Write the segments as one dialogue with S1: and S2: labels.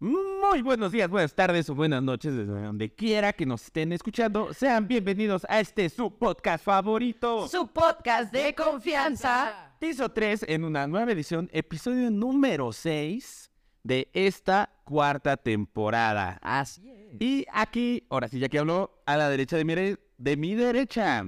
S1: Muy buenos días, buenas tardes o buenas noches desde donde quiera que nos estén escuchando. Sean bienvenidos a este su podcast favorito.
S2: Su podcast de confianza.
S1: Piso 3 en una nueva edición, episodio número 6 de esta cuarta temporada.
S3: Así
S1: Y aquí, ahora sí, ya que hablo, a la derecha de mi, re- de mi derecha,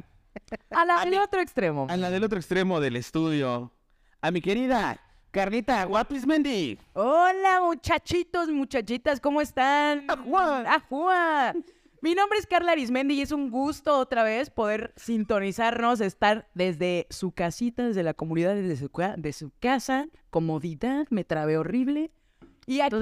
S2: A la del otro extremo.
S1: a la del otro extremo del estudio, a mi querida Carnita Guapismendi.
S2: Hola, muchachitos, muchachitas, ¿cómo están?
S1: Ajua.
S2: Ajua. Mi nombre es Carla Arismendi y es un gusto otra vez poder sintonizarnos, estar desde su casita, desde la comunidad, desde su, cua- de su casa, comodidad, me trabé horrible. Y aquí,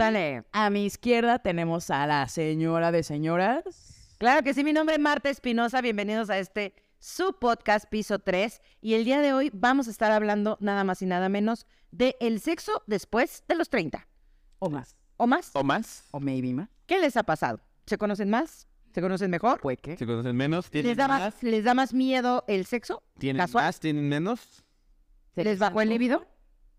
S2: a mi izquierda, tenemos a la señora de señoras.
S4: Claro que sí, mi nombre es Marta Espinosa, bienvenidos a este su podcast Piso 3 y el día de hoy vamos a estar hablando nada más y nada menos de el sexo después de los 30
S2: O más.
S4: o más.
S1: ¿O más?
S2: O maybe más.
S4: ¿Qué les ha pasado? ¿Se conocen más? ¿Se conocen mejor?
S2: Puede que.
S1: ¿Se conocen menos? ¿Tienen
S4: ¿Les da
S1: más?
S4: más, les da más miedo el sexo?
S1: ¿Tienen
S4: casual?
S1: más? ¿Tienen menos?
S2: ¿Se
S4: ¿Les bajó el
S2: antoja?
S4: libido?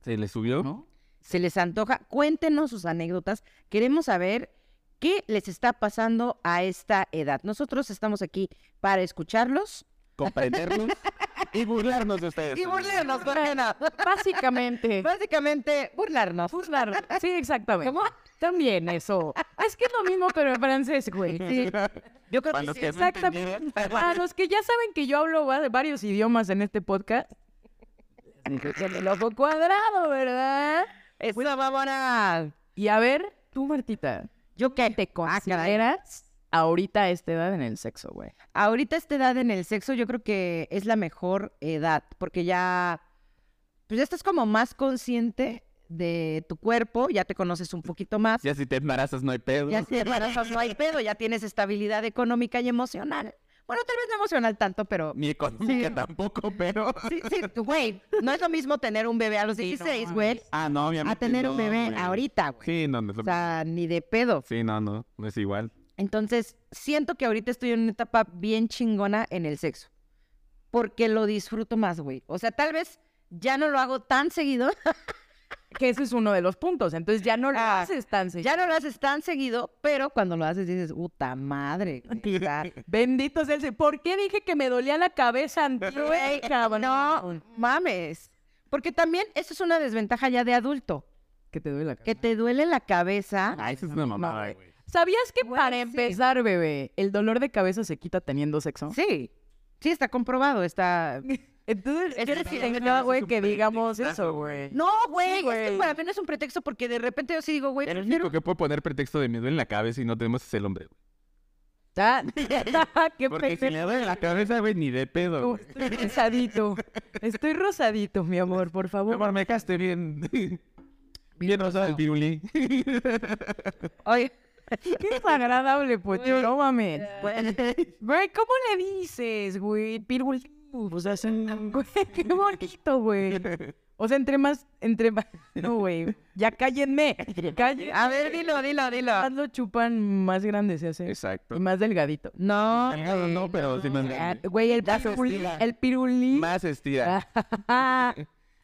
S1: ¿Se les subió?
S2: ¿No?
S4: ¿Se les antoja? Cuéntenos sus anécdotas. Queremos saber qué les está pasando a esta edad. Nosotros estamos aquí para escucharlos
S1: comprendernos y burlarnos de ustedes.
S4: y burlarnos, ¿por qué no?
S2: Básicamente.
S4: Básicamente, burlarnos.
S2: Claro, sí, exactamente.
S4: ¿Cómo?
S2: También eso. Ah, Es que es lo mismo, pero en francés, güey.
S4: Sí. Yo creo
S1: Para
S4: que
S1: los
S4: sí.
S1: que no
S2: Exactamente.
S1: entendieron.
S2: A los que ya saben que yo hablo va- varios idiomas en este podcast. En el ojo cuadrado, ¿verdad?
S4: Es una babona.
S2: Y a ver, tú, Martita,
S4: ¿Yo qué?
S2: ¿te
S4: Ah, caray.
S2: consideras ahorita a esta edad en el sexo, güey?
S4: Ahorita esta edad en el sexo yo creo que es la mejor edad, porque ya, pues ya estás como más consciente de tu cuerpo, ya te conoces un poquito más, ya,
S1: Ya si te embarazas no hay pedo.
S4: te embarazas, no hay pedo, ya tienes estabilidad económica y emocional. Bueno, tal vez no emocional tanto, pero...
S1: Ni económica tampoco, pero...
S4: Sí, sí, güey, no es lo mismo tener un bebé a los 16, güey,
S1: Ah, no,
S4: a
S1: obviamente
S4: tener
S1: no,
S4: un bebé
S1: güey.
S4: ahorita, güey.
S1: Sí, no, no. es lo-
S4: O sea, ni de pedo.
S1: Sí, no, no. No es igual.
S4: Entonces, siento que ahorita estoy en una etapa bien chingona en el sexo. Porque lo disfruto más, güey. O sea, tal vez ya no lo hago tan seguido.
S2: Que ese es uno de los puntos. Entonces ya no lo
S4: Ah,
S2: haces tan seguido.
S4: Ya no lo haces tan seguido, pero cuando lo haces dices, puta madre. güey". O sea,
S2: Bendito sea el se- ¿Por qué dije que me dolía la cabeza
S4: güey,
S2: antier, cabrón?
S4: no mames. Porque también eso es una desventaja ya de adulto.
S2: Que te duele la cabeza.
S4: Que te duele la cabeza.
S1: Ah, esa es una mamada,
S2: güey.
S1: güey.
S2: ¿Sabías que
S4: Güey,
S2: para
S4: sí.
S2: empezar, bebé, el dolor de cabeza se quita teniendo sexo?
S4: Sí. Sí, está comprobado. Está.
S2: Entonces,
S4: Es
S2: yo
S4: que sí,
S2: no, güey, que digamos eso, güey.
S4: No, güey. es que
S2: güey.
S4: para mí no es un pretexto porque de repente yo sí digo, güey,
S1: El
S4: prefiero-
S1: único que puede poner pretexto de miedo en la cabeza y no tenemos es el hombre. güey.
S2: Ta- qué
S1: Porque si le
S2: pendejo.
S1: duele la cabeza, güey, ni de
S4: Uh,
S1: pedo. güey.
S2: Estoy rosadito. Estoy rosadito, mi amor, por
S4: uh.
S1: Mi
S2: favor.
S1: amor, me dejaste bien. Bien rosado el piuli.
S4: Oye,
S2: Qué desagradable, pues, no mames.
S4: pues,
S2: Güey, ¿cómo le dices, güey? Pirul. O sea, son- güey, qué bonito, güey. O sea, entre más, entre más. No, güey. Ya cállenme. Cállenme.
S4: A ver, dilo, dilo, dilo.
S2: Más lo chupan, más grande se hace.
S1: Exacto.
S2: Y más delgadito.
S4: No, uh,
S1: Delgado no, pero sí más
S2: Ah,
S1: grande.
S2: Güey, el,
S1: Ya se
S2: pirulí-
S1: estira.
S2: el pirulí.
S1: Más estira.
S2: Ah,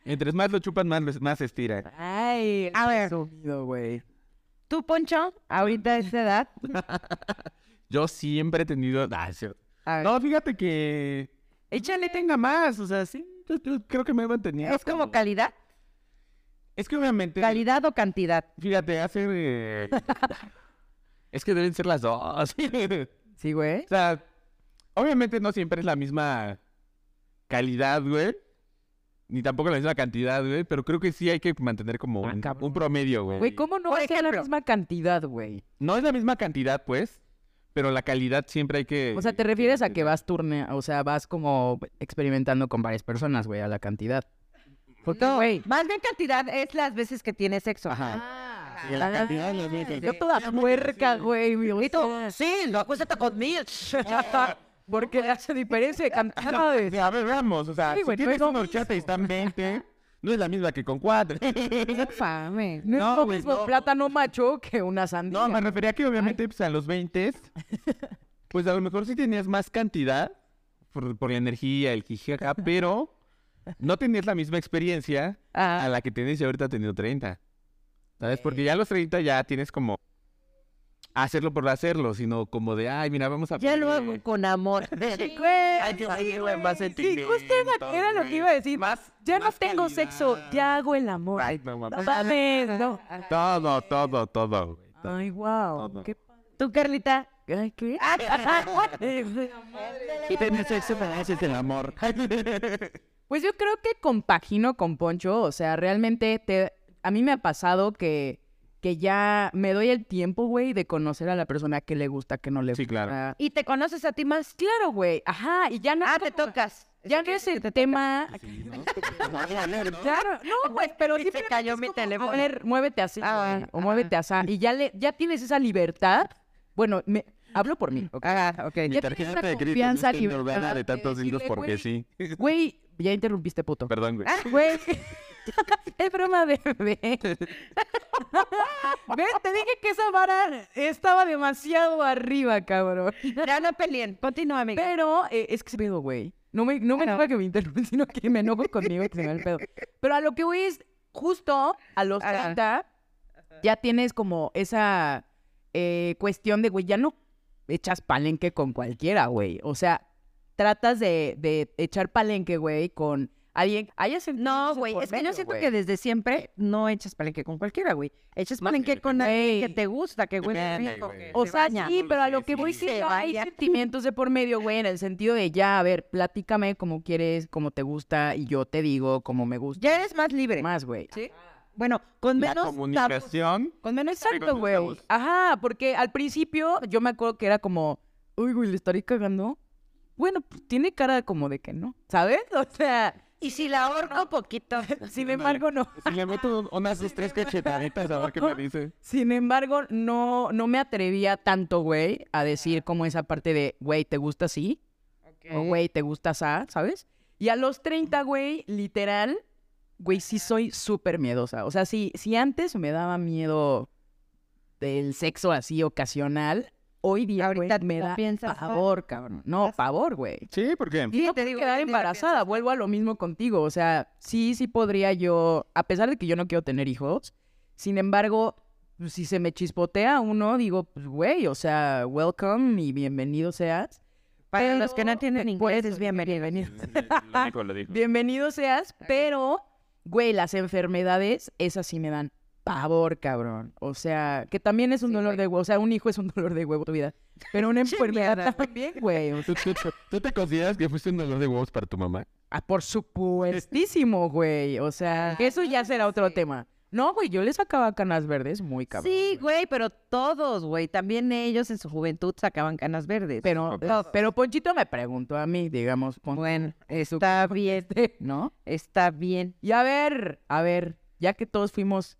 S1: Entre más lo chupan, más, lo- más
S4: Ah.
S1: estira.
S2: Ay,
S4: A ver.
S2: Sonido, güey.
S4: tú, Poncho, ahorita a esta edad.
S1: Yo siempre he tenido... Ah, es cierto.
S4: A ver,
S1: No, fíjate que ella le tenga más, o sea, sí, yo, yo creo que me mantenía.
S4: es como calidad,
S1: Es que obviamente,
S4: calidad o cantidad.
S1: fíjate, hace... eh, es que deben ser las dos. o
S2: Sí, güey.
S1: sea, obviamente no siempre es la misma calidad, güey. Ni tampoco la misma cantidad, güey, pero creo que sí hay que mantener como un, un promedio, güey.
S2: Güey, ¿cómo no
S4: Por
S2: va a ser la
S4: ejemplo.
S2: misma cantidad, güey?
S1: No es la misma cantidad, pues, pero la calidad siempre hay que...
S2: O sea, ¿te refieres a que vas turne, o sea, vas como experimentando con varias personas, güey, a la cantidad? Porque,
S4: No,
S2: güey,
S4: más bien cantidad es las veces que tienes sexo. Ah.
S1: Ajá.
S5: Y la cantidad de veces.
S2: Yo toda puerca, güey, mi bonito.
S4: Sí, lo acuéstate conmigo.
S2: Porque hace diferencia de
S1: O
S2: cantidades.
S1: sea, a ver, veamos. O sea,
S2: Sí,
S1: si
S2: güey, no
S1: tienes
S2: es lo
S1: una horchata y están 20, no es la misma que con 4.
S2: No,
S1: No,
S2: es lo
S1: güey,
S2: mismo
S1: no.
S2: plátano macho que una sandía.
S1: No, me refería que obviamente pues, a los 20, pues a lo mejor sí tenías más cantidad por, por la energía, el jijaja, pero no tenías la misma experiencia
S2: Ah,
S1: a la que tienes y ahorita teniendo 30. ¿Sabes? Porque ya a los 30 ya tienes como hacerlo por hacerlo, sino como de, ay, mira, vamos a...
S4: Ya lo
S1: poner
S4: hago con amor.
S2: güey,
S5: Hay que hacerlo en más
S2: Sí, justo era, era lo que iba a decir.
S1: Más,
S2: ya no
S1: más
S2: tengo
S1: calidad.
S2: sexo, ya hago el amor.
S1: Ay, no,
S2: No
S1: mames.
S2: mames, no.
S1: Todo, todo, todo. güey, todo.
S2: Ay, wow.
S1: Todo.
S2: ¿Qué?
S4: Tú, Carlita.
S2: Ay, ¿qué?
S5: Y tener sexo para hacer el amor.
S2: Pues yo creo que compagino con Poncho, o sea, realmente te, a mí me ha pasado que, que ya me doy el tiempo, güey, de conocer a la persona que le gusta, que no le gusta.
S1: Sí, claro.
S4: Y te conoces a ti más.
S2: Claro, güey, ajá, y ya no...
S4: Ah, te tocas.
S2: Ya no es el tema... Claro, no, güey, pero
S4: Se
S2: sí pero
S4: cayó
S2: es
S4: mi
S2: como,
S4: teléfono.
S2: A ver, muévete así,
S4: Ah,
S2: güey,
S4: bueno,
S2: o muévete así, y ya, le, ya tienes esa libertad. Bueno, me, hablo por mí, ¿ok?
S4: Ah, ok.
S2: Ya
S1: Mi
S2: tienes
S1: tarjeta
S2: esa
S1: de crédito
S2: confianza,
S1: es urbana
S2: libertad
S1: de tantos
S2: decirle,
S1: dildos porque
S2: güey,
S1: sí. Ah,
S2: Güey, ya interrumpiste, puto.
S1: Perdón, güey.
S2: Güey. es broma, bebé. ¿Ves? Te dije que esa vara estaba demasiado arriba, cabrón.
S4: Ya no peleen. Continúa, amiga.
S2: Pero eh, es que se pedo, güey. No me, no me
S4: Claro.
S2: enoja que me interrumpan, sino que me enojo conmigo que se me va el pedo. Pero a lo que voy es, justo a los
S4: Ajá.
S2: 30, ya tienes como esa eh, cuestión de, güey, ya no echas palenque con cualquiera, güey. O sea, tratas de, de echar palenque, güey, con alguien. Hay ese-
S4: No,
S2: ese
S4: güey,
S2: por
S4: es que yo
S2: medio,
S4: siento
S2: güey.
S4: que desde siempre no echas palenque con cualquiera, güey. Echas palenque con alguien que
S2: Güey.
S4: te gusta, que huele
S1: Depende,
S4: rico.
S1: güey.
S4: que
S2: O
S4: se
S2: sea,
S4: baña.
S2: sí, pero a lo
S1: sí,
S2: que voy sí
S4: se
S2: hay
S4: baña.
S2: sentimientos de por medio, güey, en el sentido de ya, a ver, platícame cómo quieres, cómo te gusta y yo te digo cómo me gusta.
S4: Ya eres más libre.
S2: Más, güey.
S4: ¿sí? Bueno, con
S1: La
S4: menos tabú.
S1: comunicación.
S2: Con menos exacto,
S1: con
S2: güey.
S1: menos tabús.
S2: Ajá, porque al principio yo me acuerdo que era como, uy, güey, le estaré cagando. Bueno, pues, tiene cara como de que no, ¿sabes? O sea,
S4: Y si la ahorro un poquito.
S2: sin embargo, no.
S1: Si le meto un- unas dos, tres cachetaditas a ver qué me dice.
S2: Sin embargo, no, no me atrevía tanto, güey, a decir como esa parte de, güey, ¿te gusta así? O, güey, ¿te gusta esa? ¿Sabes? Y a los 30, güey, literal, güey, sí soy súper miedosa. O sea, si, si antes me daba miedo del sexo así ocasional, hoy día, güey,
S4: Ahorita
S2: me
S4: no
S2: da
S4: piensas, "Ay,
S2: pavor, cabrón. No, pavor, güey.
S1: Sí, porque
S4: Sí,
S2: no
S4: te
S2: puedo
S4: digo,
S2: quedar
S4: ni ¿eh? la piensas.
S2: embarazada. Vuelvo a lo mismo contigo. O sea, sí, sí podría yo, a pesar de que yo no quiero tener hijos, sin embargo, pues, si se me chispotea uno, digo, pues, güey, o sea, welcome y bienvenido seas.
S4: Para
S2: Pero-
S4: los que no tienen inglés, pues, es bienvenido.
S1: Nico lo dijo.
S2: Bienvenido seas, pero, güey, las enfermedades, esas sí me dan pavor, cabrón. O sea, que también es un dolor de huevo. O sea, un hijo es un dolor de huevo tu vida. Pero una enfermedad también, güey. O sea,
S1: ¿Tú, tú, tú- tú te consideras que fuiste un dolor de huevos para tu mamá?
S2: Ah, por supuestísimo, güey. O sea, eso ya será otro tema. No, güey, yo le sacaba canas verdes muy cabrón.
S4: Sí, güey, pero todos, güey. También ellos en su juventud sacaban canas verdes.
S2: Pero,
S4: Todos.
S2: pero Ponchito me preguntó a mí, digamos, Poncho,
S4: pues.
S2: este,
S4: bueno, está bien,
S2: ¿no?
S4: está bien.
S2: Y a ver, a ver, ya que todos fuimos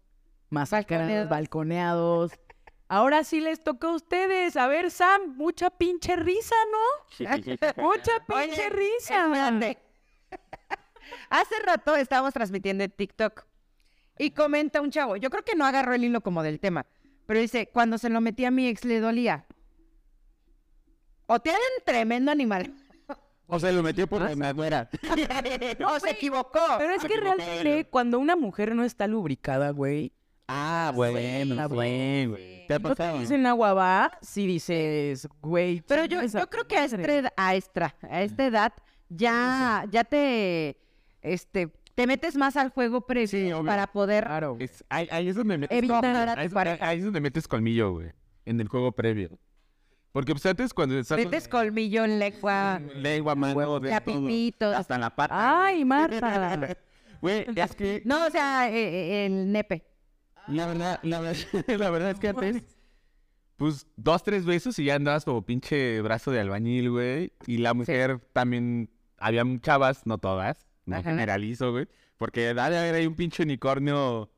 S2: masacrados,
S4: Balconeados.
S2: balconeados, ahora sí les toca a ustedes. A ver, Sam, mucha pinche risa, ¿no? Mucha
S4: Oye,
S2: pinche risa.
S4: Espérate. Hace rato estábamos transmitiendo en TikTok y comenta un chavo, yo creo que no agarró el hilo como del tema, pero dice, cuando se lo metí a mi ex le dolía. O tienen tremendo animal.
S1: O sea, lo metió por la madera.
S4: o se equivocó.
S2: Pero es que realmente cuando una mujer no está lubricada, güey,
S1: Ah, bueno,
S2: ah,
S1: sí, güey. ¿Te ha
S2: no te
S1: pasado?
S2: dicen agua va, si dices, güey.
S4: Pero
S2: chinga
S4: yo,
S2: esa
S4: yo creo que a,
S2: madre.
S4: esta edad- a, esta, a esta edad ya, ya te, este, te metes más al juego previo
S1: Sí, obvio.
S4: para poder...
S2: Claro.
S1: Es- ahí, ahí es donde metes
S4: Evitar
S1: colmillo.
S4: a tu
S1: Ahí es-
S4: pareja.
S1: ahí es donde metes colmillo, güey. En el juego previo. Porque pues antes cuando estás...
S4: Metes colmillo en lengua,
S1: Lengua, mano, de
S4: ya
S1: todo.
S4: pipitos,
S1: Hasta en la pata.
S2: Ay, Marta.
S1: Güey, es que...
S4: No, o sea, eh, eh, el nepe.
S1: La verdad, la verdad, la verdad es que antes, pues dos, tres besos y ya andabas como pinche brazo de albañil, güey. Y la mujer también, había chavas, no todas, no
S4: Ajá.
S1: generalizo, güey. Porque dale a ver, hay un pinche unicornio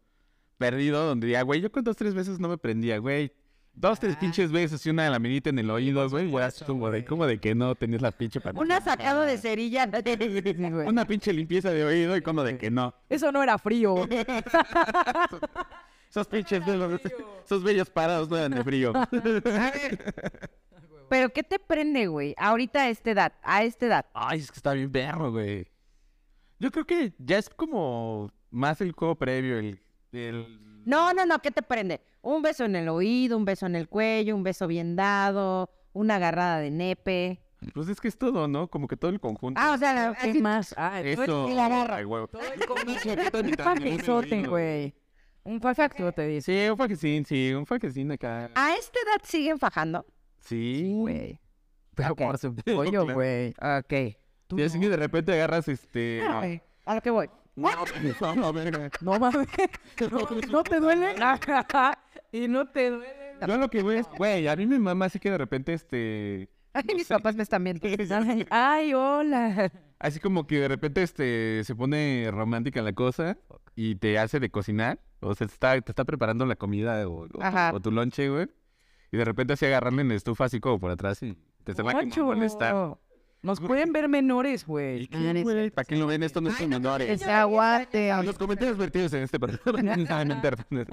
S1: perdido donde diría, güey, yo con dos, tres veces no me prendía, güey. Dos, tres pinches veces y una laminita en el oído, güey, güey, así como de, como de que no tenías la pinche para
S4: Una sacado de cerilla. pues.
S1: Una pinche limpieza de oído y como de que no.
S2: Eso no era frío.
S1: Esos pinches dedos, esos bellos parados no eran de frío.
S4: Pero ¿qué te prende, güey? Ahorita a esta edad, a esta edad.
S1: Ay, es que está bien perro, güey. Yo creo que ya es como más el juego previo, el... el...
S4: No, no, no, ¿qué te prende? Un beso en el oído, un beso en el cuello, un beso bien dado, una agarrada de nepe.
S1: Pues es que es todo, ¿no? Como que todo el conjunto.
S4: Ah, o sea,
S2: ¿Qué
S4: así-
S2: más? Ah,
S1: Eso.
S4: tú eres el agarro.
S1: Ay, güey.
S2: todo el Un fajezote, güey. Un fajezote, dice.
S1: Sí, un faquecín, sí, un faquecín acá.
S4: A esta edad siguen fajando.
S1: Sí.
S2: Güey. Pero por su pollo,
S1: Claro.
S2: güey.
S4: Ok.
S1: Y así que de repente agarras este. ah,
S4: A lo que voy.
S1: No, pues, no, no, verga.
S2: No mames. No, ¿no te duele. y no te duele.
S1: Yo a lo que voy es, güey, a mí mi mamá así que de repente este.
S4: Ay, mis papás me están viendo.
S2: Ay, hola.
S1: Así como que de repente este se pone romántica la cosa y te hace de cocinar. O sea, te está, te está preparando la comida o, o tu-
S4: Ajá.
S1: o tu lonche, güey. Y de repente así agarrarle en la estufa así como por atrás y te se va a
S2: Guacho.
S1: molestar.
S2: Nos pueden ver menores, güey.
S1: ¿Para qué lo ven? Esto no es un honor. eh.
S4: se aguante.
S1: Ah, Los comentarios vertidos en este programa. no, no, perdón.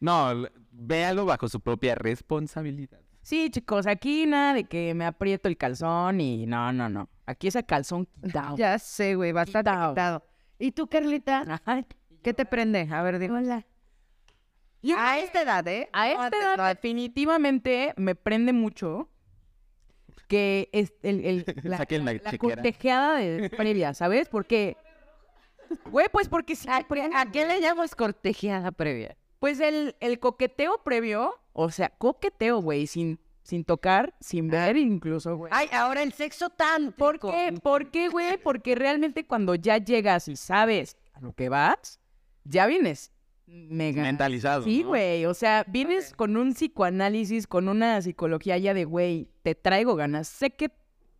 S1: No, l- véalo bajo su propia responsabilidad.
S2: Sí, chicos, aquí nada de que me aprieto el calzón y no, no, no. Aquí es el calzón quitado.
S4: Ya sé, güey, bastante
S2: Quitao.
S4: quitado. ¿Y tú, Carlita?
S2: Ajá.
S4: ¿Qué te prende? A ver, dime. Hola. A esta edad, ¿eh?
S2: A
S4: No
S2: esta
S4: antes,
S2: edad
S4: no antes.
S2: definitivamente me prende mucho que es el, el- la,
S1: Saquen la chequera.
S2: cortejeada de previa, ¿sabes? Porque, güey, pues porque sí,
S4: ¿A, a qué le llamas cortejeada previa?
S2: pues el, el coqueteo previo, o sea, coqueteo, güey, sin, sin tocar, sin ver incluso, güey.
S4: Ay, ahora el sexo tan.
S2: ¿Por qué? ¿Por qué, güey? Porque realmente cuando ya llegas y sabes a lo que vas, ya vienes mega...
S1: Mentalizado.
S2: Sí,
S1: ¿no?
S2: güey. O sea, vienes con un psicoanálisis, con una psicología ya de, güey, te traigo ganas. Sé que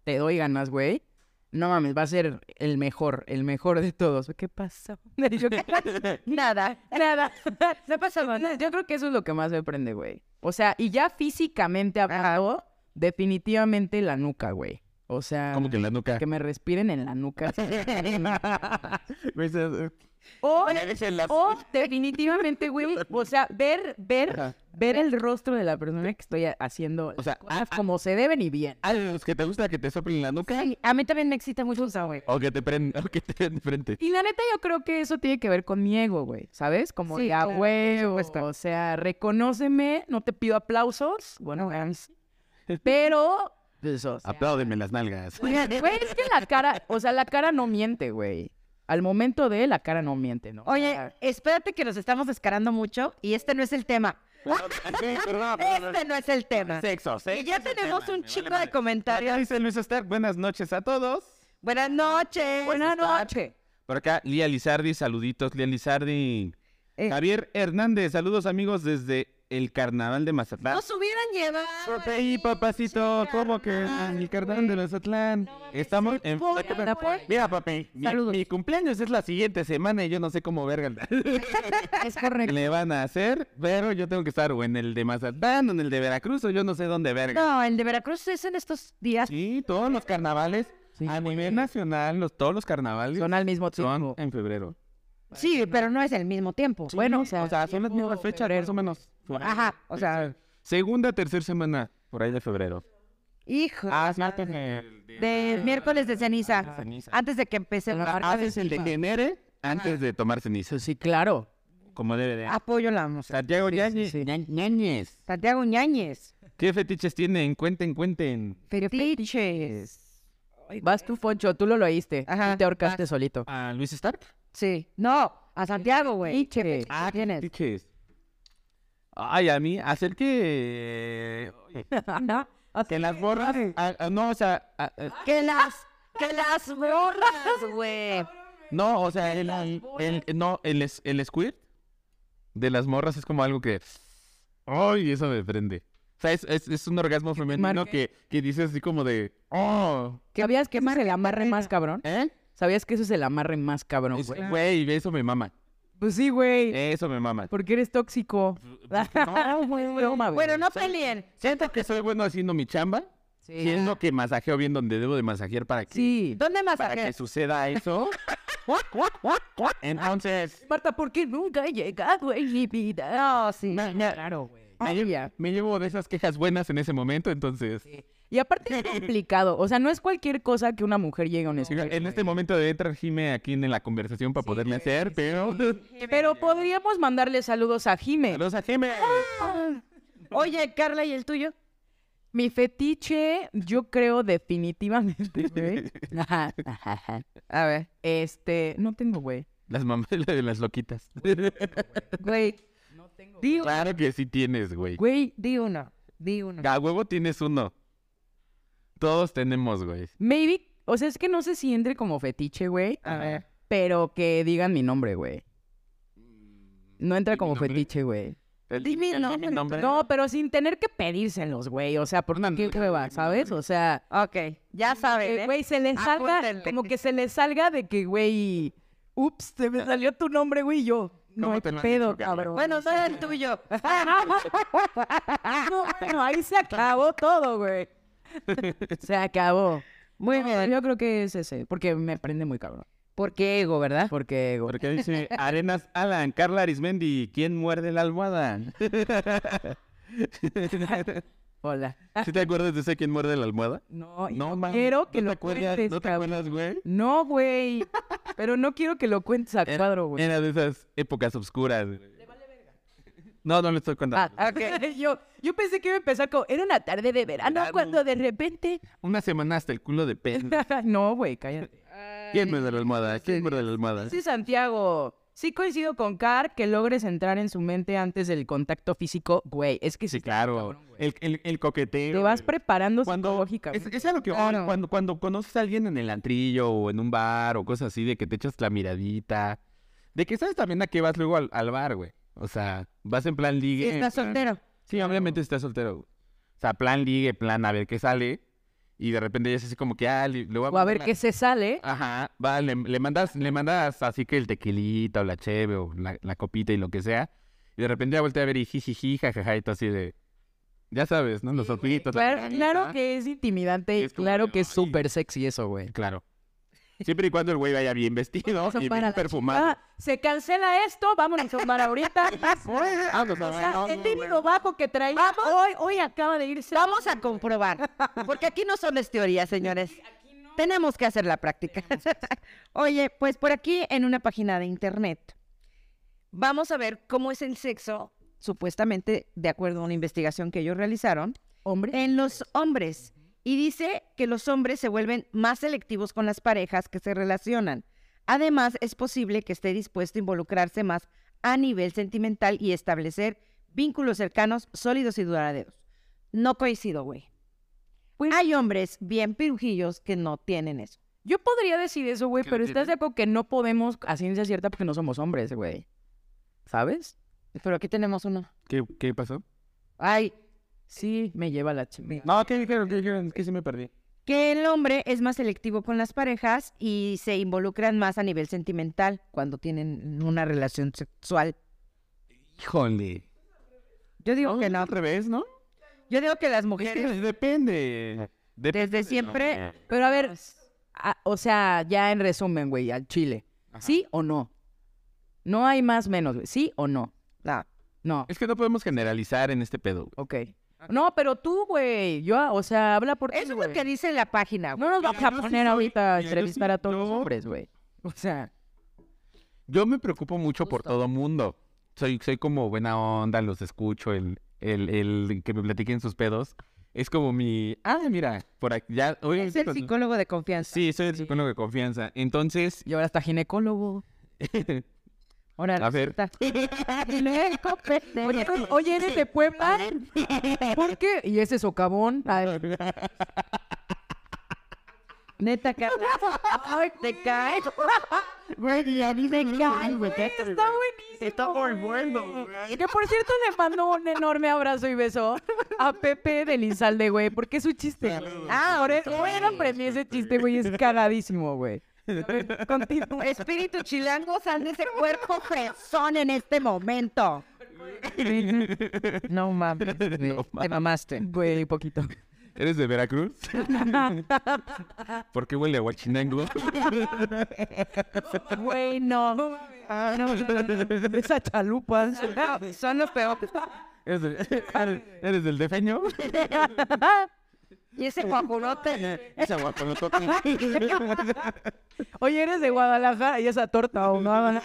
S2: te doy ganas, güey. No mames, va a ser el mejor, el mejor de todos. ¿Qué pasó? Yo,
S4: Nada.
S2: nada.
S4: No pasa nada.
S2: Yo creo que eso es lo que más me prende, güey. O sea, y ya físicamente hablando, definitivamente la nuca, güey. O sea,
S1: Como que en la nuca.
S2: que me respiren en la nuca.
S1: Güey, se-
S2: O, o definitivamente, güey, o sea, ver, ver, ver el rostro de la persona que estoy a- haciendo
S1: O sea,
S2: las cosas como se deben y bien.
S1: Ah, de los que te gusta que te soplen la nuca
S4: A mí también me excita mucho un güey.
S1: o que te prenden, o que te prenden de frente.
S2: Y la neta yo creo que eso tiene que ver con mi ego, güey, ¿sabes? Como
S4: Sí,
S2: ya,
S4: claro, por
S2: huevo,
S4: supuesto.
S2: o sea, reconóceme, no te pido aplausos, bueno, güey, sí. pero, pues, o sea,
S1: Apláudeme las nalgas.
S2: güey, es que la cara, o sea, la cara no miente, güey. Al momento de la cara no miente, ¿no? O
S4: Oye,
S2: sea,
S4: espérate que nos estamos descarando mucho y este no es el tema. Este no es el tema.
S1: Sexo, sexo.
S4: Y ya
S1: este es el
S4: tenemos
S1: tema,
S4: un
S1: me vale
S4: chico de
S1: madre. Acá
S4: comentarios.
S1: dice Luis Stark, buenas noches a todos.
S4: Buenas noches.
S2: buena noche.
S1: Por acá, Lía Lizardi, saluditos, Lía Lizardi.
S4: Eh.
S1: Javier Hernández, saludos amigos desde el carnaval de Mazatlán.
S4: Nos hubieran llevado.
S1: Por ahí, papacito, ¿cómo que ah, el carnaval de Mazatlán? Estamos en... Mira, papi, mi,
S4: Saludos.
S1: mi cumpleaños es la siguiente semana y yo no sé cómo verga
S4: Es correcto.
S1: le van a hacer, pero yo tengo que estar o en el de Mazatlán o en el de Veracruz o yo no sé dónde verga.
S4: No, el de Veracruz es en estos días.
S1: Sí, todos los carnavales a nivel nacional, los, todos los carnavales
S2: Son al mismo tiempo.
S1: son en febrero.
S4: Sí, pero no es el mismo tiempo.
S2: Bueno, o
S1: O
S2: sea,
S1: sea, son las mismas fechas, más o menos.
S4: Ajá, o sea,
S1: Segunda, tercera semana, por ahí de febrero.
S4: hijo.
S1: Ah,
S2: Ah,
S1: de
S4: De miércoles de ceniza.
S1: Ah, ceniza. Ah,
S4: Antes de que empecemos.
S1: Haces el degenere antes de tomar ceniza,
S2: sí, claro. Ah,
S1: como debe de.
S4: Apoyo la música.
S1: Santiago Yañez. Ñañez.
S4: Santiago Ñañez.
S1: ¿Qué fetiches tienen? Cuenten, cuenten.
S4: Fetiches.
S2: Vas tú, Foncho, tú lo leíste.
S4: Ajá.
S2: Tú te ahorcaste solito.
S1: ¿A Ah, Luis Stark?
S4: Sí. No, a Santiago, güey.
S2: Fetiches.
S4: Ah, tienes.
S1: Fetiches. Ay, a mí, hacer que... eh, Que las borras... ah, ah, no, o sea... ah, ah,
S4: Que las, que las borras, güey.
S1: No, o sea, el, el- el- no, el, es- el squirt de las morras es como algo que. ¡Ay! Eso me prende. O sea, es, es- es un orgasmo femenino que, que dices así como de. ¡Oh!
S2: ¿Sabías que ese es el amarre más cabrón?
S1: ¿Eh?
S2: ¿Sabías que ese es el amarre más cabrón,
S1: Es-
S2: güey?
S1: Güey, eso me mama.
S2: Pues sí, güey.
S1: Eso me mama.
S2: Porque eres tóxico.
S1: No,
S2: Es broma, güey.
S4: Bueno, no peleen.
S1: Siento que soy bueno haciendo mi chamba. Siento que masajeo bien donde debo de masajear para que,
S2: Sí.
S4: ¿Dónde
S1: para que
S4: masajeas?
S1: suceda eso. Entonces,
S2: Marta, ¿por qué nunca he llegado en mi vida?
S4: No, sí.
S2: Claro, güey.
S1: me, llevo, me llevo de esas quejas buenas en ese momento. Entonces,
S2: Y aparte es complicado. O sea, no es cualquier cosa que una mujer llegue a un
S1: Oiga,
S2: espejo,
S1: en este
S2: güey.
S1: momento debe entrar Jime aquí en la conversación para poderme hacer, pero...
S2: Pero podríamos mandarle saludos a Jime.
S1: Saludos a Jime.
S4: Oye, Carla, ¿y el tuyo?
S2: Mi fetiche, yo creo definitivamente, güey. Ajá, ajá, ajá.
S4: A ver.
S2: este, no tengo, güey.
S1: Las mamás de las loquitas.
S4: Güey,
S2: Digo,
S1: Claro que sí tienes, güey.
S2: güey,
S4: di uno. Di uno.
S1: A huevo tienes uno. Todos tenemos, güey.
S2: maybe, o sea, es que no sé si entre como fetiche, güey,
S4: A ver.
S2: pero que digan mi nombre, güey. No entra
S1: ¿Y mi
S2: como
S1: nombre?
S2: fetiche, güey.
S1: El-
S4: Dime
S1: el-
S4: nombre.
S1: el nombre.
S2: No, pero sin tener que pedírselos, güey. O sea, por
S1: Una-
S2: qué hueva, ¿sabes? O sea,
S4: Ok, ya saben.
S2: que,
S4: ¿eh?
S2: güey, se les salga,
S4: Apúntenle.
S2: como que se les salga de que, güey, ups, se me salió tu nombre, güey, y yo. No
S1: ¿Cómo
S2: hay
S1: te lo han
S2: pedo,
S1: dicho, Gabriel?
S2: cabrón.
S4: Bueno, no era el tuyo.
S2: No, bueno, ahí se acabó todo, güey. Se acabó.
S4: Muy
S2: No,
S4: bien.
S2: Yo creo que es ese, porque me prende muy cabrón.
S4: Porque ego, ¿verdad?
S2: Porque güey,
S1: Porque dice Arenas Alan, Carla Arismendi, ¿quién muerde la almohada?
S2: hola.
S1: ¿Sí te acuerdas de ese quién muerde la almohada?
S2: No, y
S1: No,
S2: no
S1: mames,
S2: quiero que
S1: ¿no
S2: lo
S1: te acuerdas-
S2: cuentes,
S1: ¿No te
S2: cabrón.
S1: acuerdas, güey?
S2: No, güey. Pero no quiero que lo cuentes a
S1: Era-
S2: cuadro, güey.
S1: Era de esas épocas oscuras. güey. No, no le estoy
S2: Ah,
S1: contando.
S2: ok. yo, yo pensé que iba a empezar con. Era una tarde de verano
S1: Verano.
S2: cuando de repente.
S1: Una semana hasta el culo de pez.
S2: no, güey, cállate.
S1: ¿Quién muerde la almohada? ¿Quién muerde la almohada?
S2: Sí, Santiago. Sí coincido con Car que logres entrar en su mente antes del contacto físico, güey. Es que
S1: Sí,
S2: si
S1: claro. El, el, el coqueteo.
S2: te vas
S1: el-
S2: preparando
S1: cuando es,
S2: psicológicamente.
S1: es a lo que voy,
S4: Claro.
S1: cuando cuando conoces a alguien en el antrillo o en un bar o cosas así de que te echas la miradita de que sabes también a qué vas luego al, al bar güey o sea vas en plan ligue en
S4: Estás
S1: plan-
S4: soltero.
S1: sí obviamente estás soltero güey. o sea plan ligue plan a ver qué sale y de repente ya es así como que ah le, le voy
S2: O a ver
S1: mandar
S2: qué se sale.
S1: la- ajá va le, le mandas le mandas así que el tequilita o la cheve o la, la copita y lo que sea y de repente ya voltea a ver y jijiji jajaja y tú así de ya sabes no los ojitos la
S2: Claro, claro
S1: carita.
S2: que es intimidante y
S1: Es como
S2: claro
S1: de,
S2: que es
S1: "Ay".
S2: súper sexy eso, güey.
S1: Claro. Siempre y cuando el güey vaya bien vestido
S2: Eso
S1: y
S2: para
S1: bien
S2: la
S1: perfumado. Pues,
S2: Ah, se cancela esto, vámonos a tomar ahorita.
S1: Vamos a
S2: O
S1: ver,
S2: sea,
S1: vamos a
S2: el
S1: ver.
S2: típico bajo que traía hoy, hoy acaba de irse.
S4: Vamos a comprobar. Porque aquí no son las teorías, señores. Tenemos que hacer la práctica. Oye, pues por aquí en una página de internet vamos a ver cómo es el sexo, supuestamente de acuerdo a una investigación que ellos realizaron,
S2: Hombre,
S4: en los hombres. Y dice que los hombres se vuelven más selectivos con las parejas que se relacionan. Además, es posible que esté dispuesto a involucrarse más a nivel sentimental y establecer vínculos cercanos, sólidos y duraderos. No coincido, güey. Pues Hay hombres bien pirujillos que no tienen eso.
S2: yo podría decir eso, güey,
S1: ¿Que no
S2: pero estás de acuerdo que no podemos a ciencia cierta porque no somos hombres, güey. ¿Sabes?
S4: Pero aquí tenemos uno.
S1: ¿Qué, ¿Qué pasó?
S4: Ay,
S2: Sí, me lleva la chingada.
S1: No, ¿qué dijeron? ¿Qué dijeron? Es que sí me perdí.
S4: que el hombre es más selectivo con las parejas y se involucran más a nivel sentimental cuando tienen una relación sexual.
S1: Híjole.
S4: Yo digo que no.
S1: Al revés, ¿no?
S4: Yo digo que las
S1: Es que
S4: mujeres
S1: depende. Depende
S4: desde
S1: del
S4: siempre,
S1: hombre.
S2: Pero a ver, a- o sea, ya en resumen, güey, al chile. ¿Sí o no? No hay más menos, güey. ¿Sí o no?
S4: no,
S2: No.
S1: Es que no podemos generalizar en este pedo. güey.
S2: Ok. No, pero tú, güey. Yo, o sea, habla por ti,
S4: eso es
S2: güey.
S4: lo que dice la página. güey.
S2: No nos vamos a
S1: yo sí
S2: poner
S1: soy-
S2: ahorita a
S1: mira, yo
S2: entrevistar
S1: sí-
S2: a todos los
S1: yo-
S2: hombres, güey. O sea,
S1: Yo me preocupo mucho por todo mundo. Soy, soy como buena onda, los escucho, el, el, el que me platiquen sus pedos. Es como mi... Ah, mira, por aquí ya... oye,
S4: Es el
S1: cuando-
S4: psicólogo de confianza.
S1: Sí, soy el psicólogo de confianza. Entonces,
S2: y ahora está ginecólogo.
S4: Ahora
S1: A ver.
S4: resulta- Le compete.
S2: Oye, oye, eres de Puebla. ¿Por qué? Y ese socavón. Ay,
S4: Neta, Carla. Ay, te caes. Güey, a mí me cae, güey.
S2: está buenísimo. Está volviendo. Que por cierto le mando un enorme abrazo y beso a Pepe de Lizalde, güey, porque es su chiste. güey. Ah, ahora, ahora aprendí ese chiste, güey, es cagadísimo, güey.
S4: Espíritu chilango, sal de ese cuerpo fresón en este momento. No mames. güey,
S1: No
S4: Te
S1: mames.
S4: mamaste.
S2: Güey, poquito.
S1: ¿Eres de Veracruz? ¿Por qué huele a guachinango?
S2: Güey, no. Esa chalupa.
S4: Son los peores.
S1: ¿Eres, de- ¿Eres del defeño?
S4: Y ese guapurote.
S1: Esa guapanotota.
S2: Oye, eres de Guadalajara y esa torta ahogada.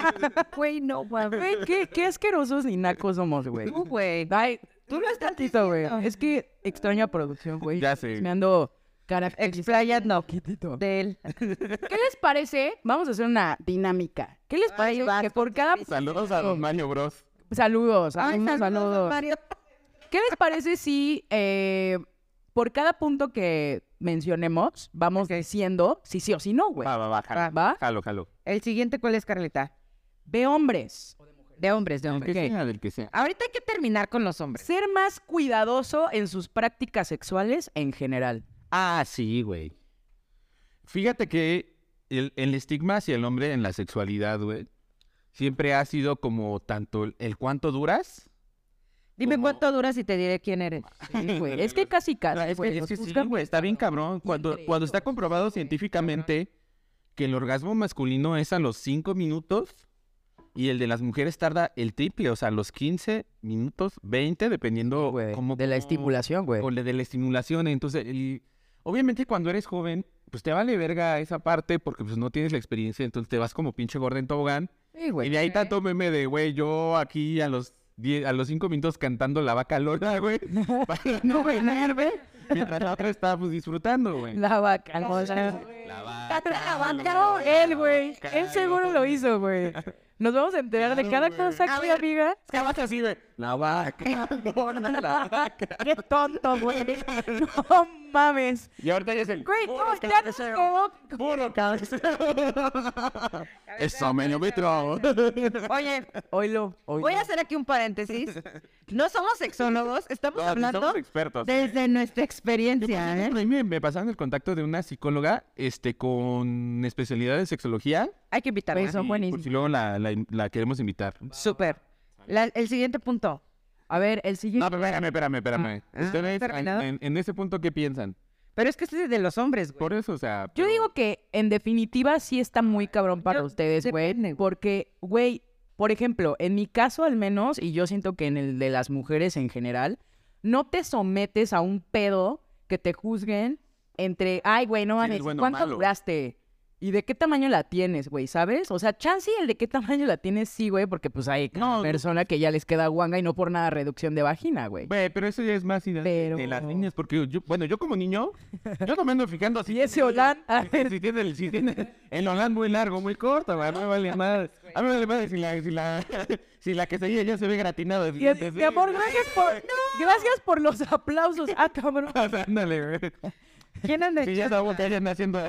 S4: Güey, no mames.
S2: Güey, qué, qué asquerosos ni nacos somos, güey.
S4: Tú, güey.
S2: Ay, tú lo estás tantito, güey. Es que extraña producción, güey.
S1: Ya sé.
S2: Me ando caracterizando.
S4: Explayando.
S2: poquitito.
S4: De él.
S2: ¿Qué les parece? Vamos a hacer una dinámica. ¿Qué les parece que por cada
S1: Saludos a Don Mario Bros.
S2: saludos, saludos,
S4: saludos,
S2: saludos.
S4: Mario.
S2: ¿Qué les parece si eh, por cada punto que mencionemos vamos diciendo si sí o si no, güey?
S1: Va, va, va, jalo.
S2: ¿Va?
S1: Jalo, jalo.
S4: El siguiente, ¿cuál es, Carlita?
S2: Ve hombres.
S4: De hombres, de
S1: Del que
S4: hombres.
S1: sea, del que sea.
S4: Ahorita hay que terminar con los hombres.
S2: Ser más cuidadoso en sus prácticas sexuales en general.
S1: Ah, sí, güey. Fíjate que el, el estigma hacia el hombre en la sexualidad, güey, siempre ha sido como tanto el, el cuánto duras.
S4: Dime
S1: Como-
S4: cuánto duras y te diré quién eres.
S2: Sí, güey. Es que casi casi.
S1: Ah, es
S2: güey,
S1: que, es
S2: pues, nos
S1: que sí,
S2: juzgan,
S1: güey, está bien cabrón. Cuando,
S2: Entre
S1: cuando está
S2: ellos,
S1: comprobado científicamente que el orgasmo masculino es a los 5 minutos y el de las mujeres tarda el triple, o sea, los 15 minutos, 20, dependiendo
S2: güey,
S1: cómo-
S2: de la
S1: cómo-
S2: estimulación, güey.
S1: o le- de la estimulación. Entonces, el- obviamente cuando eres joven, pues te vale verga esa parte porque pues no tienes la experiencia, entonces te vas como pinche gorda en tobogán.
S2: Sí, güey.
S1: Y de ahí tanto meme de, güey, yo aquí a los 10 a los 5 minutos cantando la vaca lona, güey, para no vener, güey, mientras la otra está pues disfrutando, güey.
S2: La vaca. no, o sea, Él, güey. Él seguro lo hizo, güey. Nos vamos a enterar de cada cosa que amiga.
S1: La vaca lona, la vaca.
S2: Qué tonto, güey. No mames.
S1: Y ahorita ya es el
S2: Güey, no, ya nos quedó
S1: puro cabeza. Eso, menómetro.
S4: Oye,
S2: Oilo, oilo.
S4: voy a hacer aquí un paréntesis. No somos sexólogos, estamos
S1: No, sí
S4: hablando
S1: somos expertos.
S4: desde nuestra experiencia,
S1: Por
S4: ¿eh?
S1: ejemplo, a mí me, me pasaron el contacto de una psicóloga este, con especialidad en sexología.
S4: Hay que invitarla.
S2: Güey, son
S1: y Por
S2: buenísimos.
S1: si luego la, la, la queremos invitar.
S4: Súper. La- el siguiente punto.
S2: A ver, el siguiente.
S1: No, pero espérame, espérame, espérame.
S4: Ah,
S1: Ustedes, en,
S4: ¿terminado?
S1: en- en ese punto, ¿qué piensan?
S4: Pero es que este es de los hombres, güey.
S1: Por eso, o sea...
S2: Pues Yo
S1: pero-
S2: digo que en definitiva sí está muy cabrón para
S4: Yo-
S2: ustedes,
S4: depende,
S2: güey.
S4: güey.
S2: Porque, güey, por ejemplo, en mi caso al menos, y yo siento que en el de las mujeres en general, no te sometes a un pedo que te juzguen entre, ay, güey, no
S1: Sí,
S2: mames,
S1: es bueno o
S2: ¿cuánto
S1: malo".
S2: duraste? ¿Y de qué tamaño la tienes, güey? ¿Sabes? O sea, chance y el de qué tamaño la tienes, sí, güey, porque pues hay
S1: No, no.
S2: persona que ya les queda guanga y no por nada reducción de vagina, güey.
S1: Güey, pero eso ya es más idea de- de las
S2: Pero-
S1: niñas, porque yo, bueno, yo como niño, yo no me ando fijando así.
S2: Y ese Olan, a ver,
S1: Si tiene, el- si tiene el Olan muy largo, muy corto, güey, no me vale madre. A mí me vale madre si la, si la, si la quesadilla ya se ve gratinada. de
S2: Y es-
S1: dientes,
S2: mi amor,
S1: sí.
S2: gracias por, gracias por los aplausos. Ah, cabrón.
S1: Ándale, güey.
S4: ¿Quién anda
S1: Sí, ya
S4: echando?
S1: sabemos que hayan haciendo.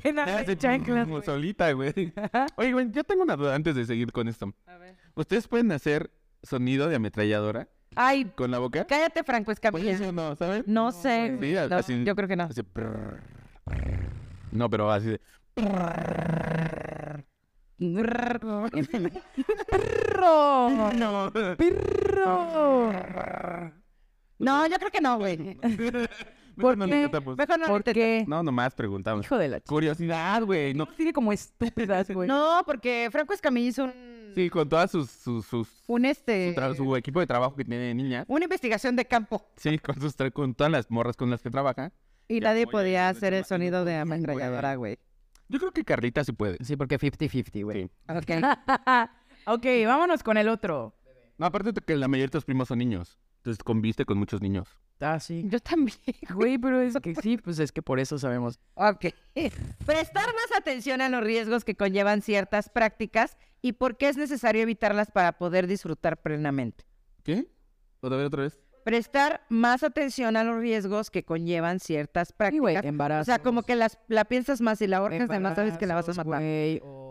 S2: ¿Quién hace
S1: Hace
S2: chanclas,
S1: como solita, güey. Oye, güey, yo tengo una duda antes de seguir con esto. ¿Ustedes pueden hacer sonido de ametralladora
S4: Ay,
S1: con la boca?
S4: cállate, Franco
S1: Pues
S4: Escamilla.
S1: eso no, ¿saben?
S4: No sé.
S1: Sí,
S4: güey. No,
S1: así-
S4: yo creo que no.
S1: Así, prrr, prrr. No, pero así de.
S2: Perro.
S1: No.
S2: Perro.
S4: No, yo creo que no, güey.
S1: Mejor no
S2: qué?
S1: lo intentamos.
S4: Mejor no.
S2: ¿Por qué?
S1: No, nomás preguntamos.
S2: Hijo de la chica.
S1: Curiosidad, güey. No.
S2: Tiene como estúpidas, güey.
S4: No, porque Franco Escamilla hizo un,
S1: Sí, con todas sus. sus, sus
S4: un este,
S1: tra- su equipo de trabajo que tiene de niña.
S4: una investigación de campo
S1: Sí, con, sus tra- con todas las morras con las que trabaja.
S4: y
S1: Ya,
S4: nadie
S1: oye,
S4: podía
S1: no,
S4: hacer
S1: chama-
S4: el
S1: no
S4: sonido de
S1: podía, güey.
S4: ametralladora, güey.
S1: Yo creo que Carlita sí puede.
S2: Sí, porque 50-50, güey.
S1: Sí.
S4: Ok.
S2: ok, vámonos con el otro.
S1: No, aparte de que la mayoría de tus primos son niños. Entonces conviste con muchos niños.
S2: Ah, sí.
S4: Yo también.
S2: Güey, pero es que sí, pues es que por eso sabemos.
S4: Ok. Prestar más atención a los riesgos que conllevan ciertas prácticas y por qué es necesario evitarlas para poder disfrutar plenamente.
S1: ¿Qué? ¿Otra vez, otra vez?
S4: Prestar más atención a los riesgos que conllevan ciertas
S2: Sí, güey,
S4: prácticas.
S2: embarazo.
S4: O sea, como que las, la piensas más y la ahorcas de más sabes que la vas a matar.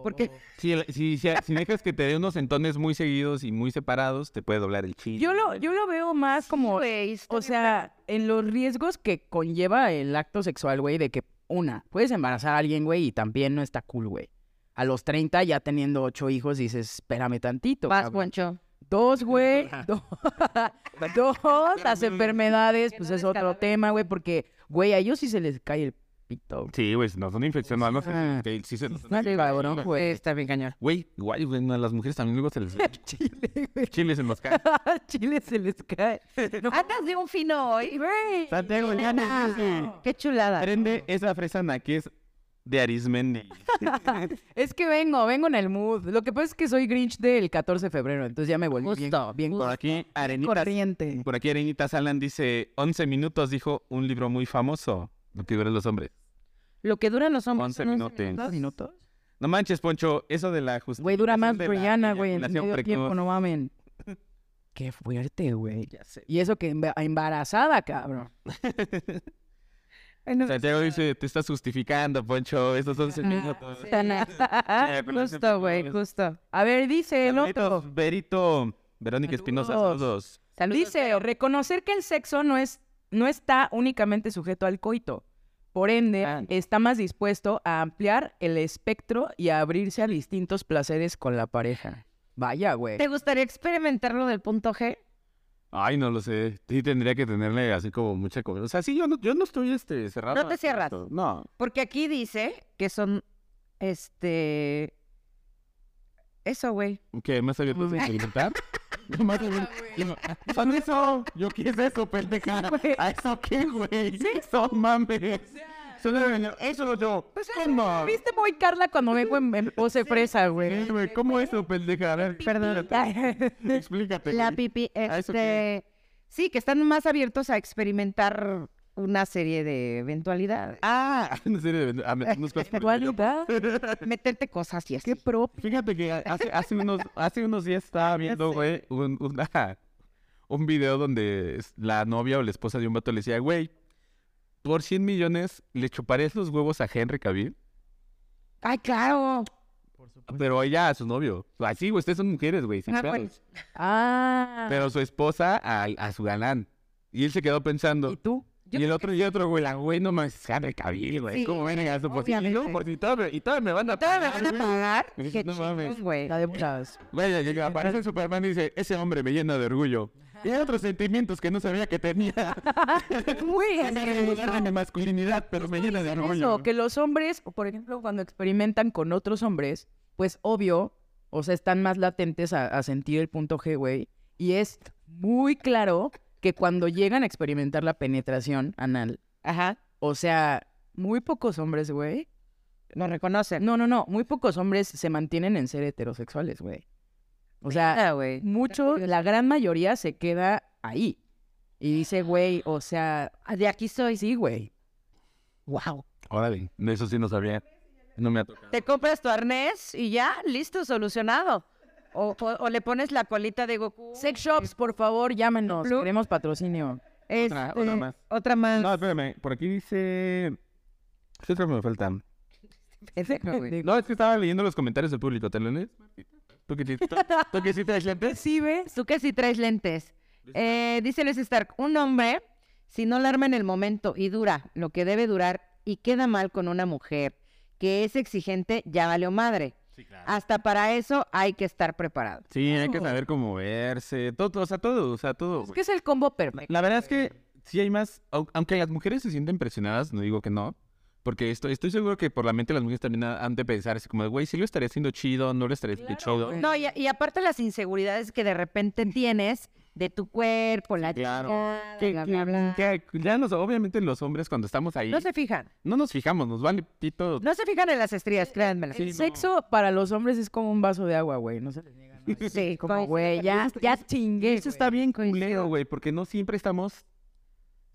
S4: Porque-
S1: Sí, el- sí, sí, si dejas que te dé unos entones muy seguidos y muy separados, te puede doblar el chile.
S2: Yo lo, yo lo veo más como ah,
S4: Güey, está
S2: O
S4: bien
S2: sea, en los riesgos que conlleva el acto sexual, güey, de que una, puedes embarazar a alguien, güey, y también no está cool, güey. A los 30, ya teniendo ocho hijos, dices, espérame tantito.
S4: Vas,
S2: cabrón".
S4: Poncho.
S2: Dos, güey. do- dos, las enfermedades,
S4: Que
S2: pues
S4: no
S2: es otro
S4: descalabres.
S2: tema, güey, porque, güey, a ellos sí se les cae el pito.
S1: Sí, güey, si nos da una infección o algo. se-
S2: Ah.
S1: que Sí, se nos da una
S2: Vale, cabrón,
S4: Eh,
S2: güey. pues.
S4: Está bien cañón.
S1: Güey, igual, güey, a las mujeres también luego se les...
S2: Chile, güey.
S1: Chiles en los caes.
S2: A Chile se les cae. No,
S4: Andas de un fino hoy. Qué chulada.
S1: Prende esa fresa que es de Arismendi.
S2: Es que vengo, vengo en el mood. Lo que pasa es que soy Grinch del 14 de febrero, entonces ya me volví bien- bien,
S1: Por aquí, Arenita.
S2: corriente.
S1: Por aquí Arenita Salan dice, 11 minutos, dijo un libro muy famoso, lo que duran los hombres.
S4: Lo que duran los hombres.
S1: 11
S4: son
S1: minutos. No manches, Poncho, eso de la justicia.
S2: Güey, dura más Rihanna, güey, en medio tiempo, no mamen. Qué fuerte, güey. Y eso que emba- embarazada, cabrón.
S4: Ay, no,
S1: Santiago dice, te estás justificando, Poncho, esos 11 minutos.
S4: Tana.
S1: pero no
S4: Justo, güey, justo.
S2: A ver, dice el otro.
S1: Saluditos, Berito, Verónica Espinosa, saludos.
S2: Dice, reconocer que el sexo no, es, no está únicamente sujeto al coito. Por ende,
S3: Ah.
S2: está más dispuesto a ampliar el espectro y a abrirse a distintos placeres con la pareja. Vaya, güey.
S4: ¿Te gustaría experimentar lo del punto G?
S1: Ay, no lo sé. Sí tendría que tenerle así como mucha confianza. O sea, sí, yo no, yo no estoy este, cerrado.
S4: No te
S1: a
S4: cierras.
S1: esto. No.
S4: Porque aquí dice que son, este... Eso, güey.
S1: ¿Qué? ¿Más abierto a experimentar? ¿Más abierto? ¿Son eso? ¿Yo qué es eso, pendeja? ¿A eso qué, güey? Eso, mames. Eso, eso yo. ¿Cómo?
S2: ¿Viste muy Carla cuando vengo en, en pose fresa,
S1: Eh,
S2: güey?
S1: güey, ¿Cómo eso, pendeja? A ver,
S4: Perdón.
S1: explícate. Explícate.
S4: La
S1: güey.
S4: pipi,
S1: ¿A eso
S4: este... Sí, que están más abiertos a experimentar una serie de eventualidades.
S1: Ah, en serio, a ver, unos cosas-
S2: ¿Cualidad?
S4: Ah, Meterte cosas y así.
S2: Qué propio.
S1: Fíjate que hace, hace, unos, hace unos días estaba viendo, güey, un, una- un video donde es- la novia o la esposa de un vato le decía, güey, por 100 millones le chuparías los huevos a Henry Cavill,
S4: Ay, claro.
S1: pero ella a su novio. Así, güey, ustedes son mujeres, güey, sin
S4: Pues Ah, güey.
S1: pedos.
S2: Ah.
S1: Pero su esposa al- a, su galán. Y él se quedó pensando.
S2: ¿Y tú?
S1: Y el otro, y otro, güey, la güey, no mames, Henry Cavill, güey.
S4: Sí,
S1: ¿Cómo ven a eso? Por si, y luego,
S4: obviamente.
S1: por si todavía, y todavía me van a
S4: ¿Todavía me
S1: pagar,
S4: van a
S1: güey.
S4: pagar?
S1: Dices,
S4: Qué
S1: "No mames".
S4: chingón, güey.
S2: La de putas.
S1: Vaya, llega, aparece Superman y dice, ese hombre me llena de orgullo. Y hay otros sentimientos que no sabía que tenía.
S2: Muy
S1: Llena de masculinidad, pero me llena de orgullo.
S2: Eso, que los hombres, por ejemplo, cuando experimentan con otros hombres, pues obvio, o sea, están más latentes a, a sentir el punto G, güey. Y es muy claro que cuando llegan a experimentar la penetración anal,
S4: Ajá.
S2: o sea, muy pocos hombres, güey.
S4: Lo reconocen.
S2: No, no, no, muy pocos hombres se mantienen en ser heterosexuales, güey. O sea,
S4: Ah, güey.
S2: mucho, la gran mayoría se queda ahí. Y dice, güey, o sea,
S4: Ah,
S2: de aquí soy. Sí, güey. Wow.
S1: Órale, de eso sí no sabía. No me ha tocado.
S4: Te compras tu arnés y ya, listo, solucionado. O, o- o le pones la colita de Goku.
S2: Sex shops, por favor, llámenos.
S4: Blue.
S2: Queremos patrocinio.
S1: Otra,
S4: Este,
S1: otra más.
S4: Otra más.
S1: No, espérame, por aquí dice... ¿Qué otro me faltan? No, es que estaba leyendo los comentarios del público, ¿te lo lees? ¿Tú que sí- tú- tú que sí traes lentes?
S4: Tú que sí traes lentes. Eh, dice Luis Stark, un hombre, si no la arma en el momento y dura lo que debe durar y queda mal con una mujer que es exigente, ya valió madre. Hasta para eso hay que estar preparado.
S1: Sí, hay que saber cómo verse, todo, o sea, todo, o sea, todo.
S2: Es
S1: güey.
S2: que es el combo perfecto.
S1: La verdad es que sí hay más, au- aunque las mujeres se sienten presionadas, no digo que no, porque estoy, estoy seguro que por la mente de las mujeres también ha- han de pensar así como, de, güey, sí lo estaría haciendo chido, no lo estaría haciendo chido.
S2: güey.
S4: No, y, y aparte las inseguridades que de repente tienes de tu cuerpo, la
S1: claro.
S4: chingada,
S1: Que-
S4: bla, bla, bla.
S1: que- que ya nos, obviamente los hombres cuando estamos ahí,
S4: No
S1: no,
S4: se fijan,
S1: nos fijamos, nos vale pito.
S4: no se fijan en las estrías, créanmela.
S2: El sexo para los hombres es como un vaso de agua, güey. No se les niega nada.
S4: Sí,
S2: Como, güey, ya, ya chingué.
S1: Eso está bien culero, güey, porque no siempre estamos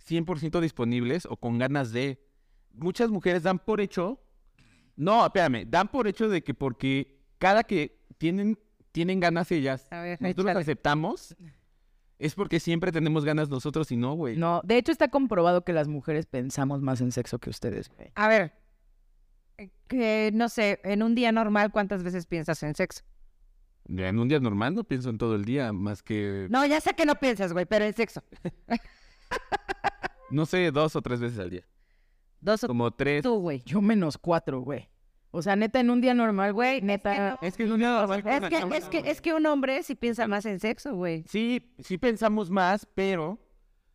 S1: 100% disponibles o con ganas de. Muchas mujeres dan por hecho. No, espérame, dan por hecho de que porque cada que tienen, tienen ganas ellas,
S4: A ver,
S1: nosotros las
S4: échale.
S1: aceptamos, es porque siempre tenemos ganas nosotros y no, güey.
S2: No, de hecho está comprobado que las mujeres pensamos más en sexo que ustedes, güey.
S4: A ver, eh, que no sé, en un día normal, ¿cuántas veces piensas en sexo?
S1: En un día normal no pienso en todo el día, más que,
S4: No, ya sé que no piensas, güey, pero en sexo.
S1: no sé, dos o tres veces al día.
S4: Dos o
S1: Como tres.
S4: tú, güey.
S2: Yo menos cuatro, güey. O sea, neta, en un día normal, güey, neta.
S1: Es que es un día normal con
S4: Es
S1: una
S4: que,
S1: chava.
S4: es, que, es que un hombre sí piensa más en sexo, güey.
S1: Sí, sí pensamos más, pero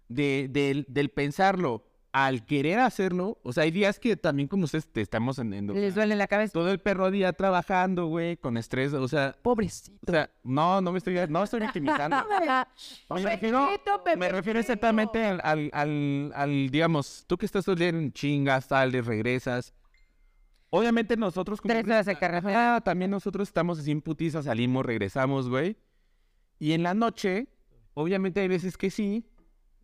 S1: de, del, del pensarlo al querer hacerlo, o sea, hay días que también como ustedes te estamos en, en-
S4: Les duele la cabeza.
S1: todo el perro día trabajando, güey, con estrés, o sea,
S2: Pobrecito.
S1: o sea, no, no me estoy, no estoy victimizando. me refiero, me refiero exactamente al, al, al, al, digamos, tú que estás todo el día en chingas, sales, regresas. Obviamente nosotros como
S4: Tres horas de carrera.
S1: Ah, también nosotros estamos así en putiza, salimos, regresamos, güey. Y en la noche, obviamente hay veces que sí.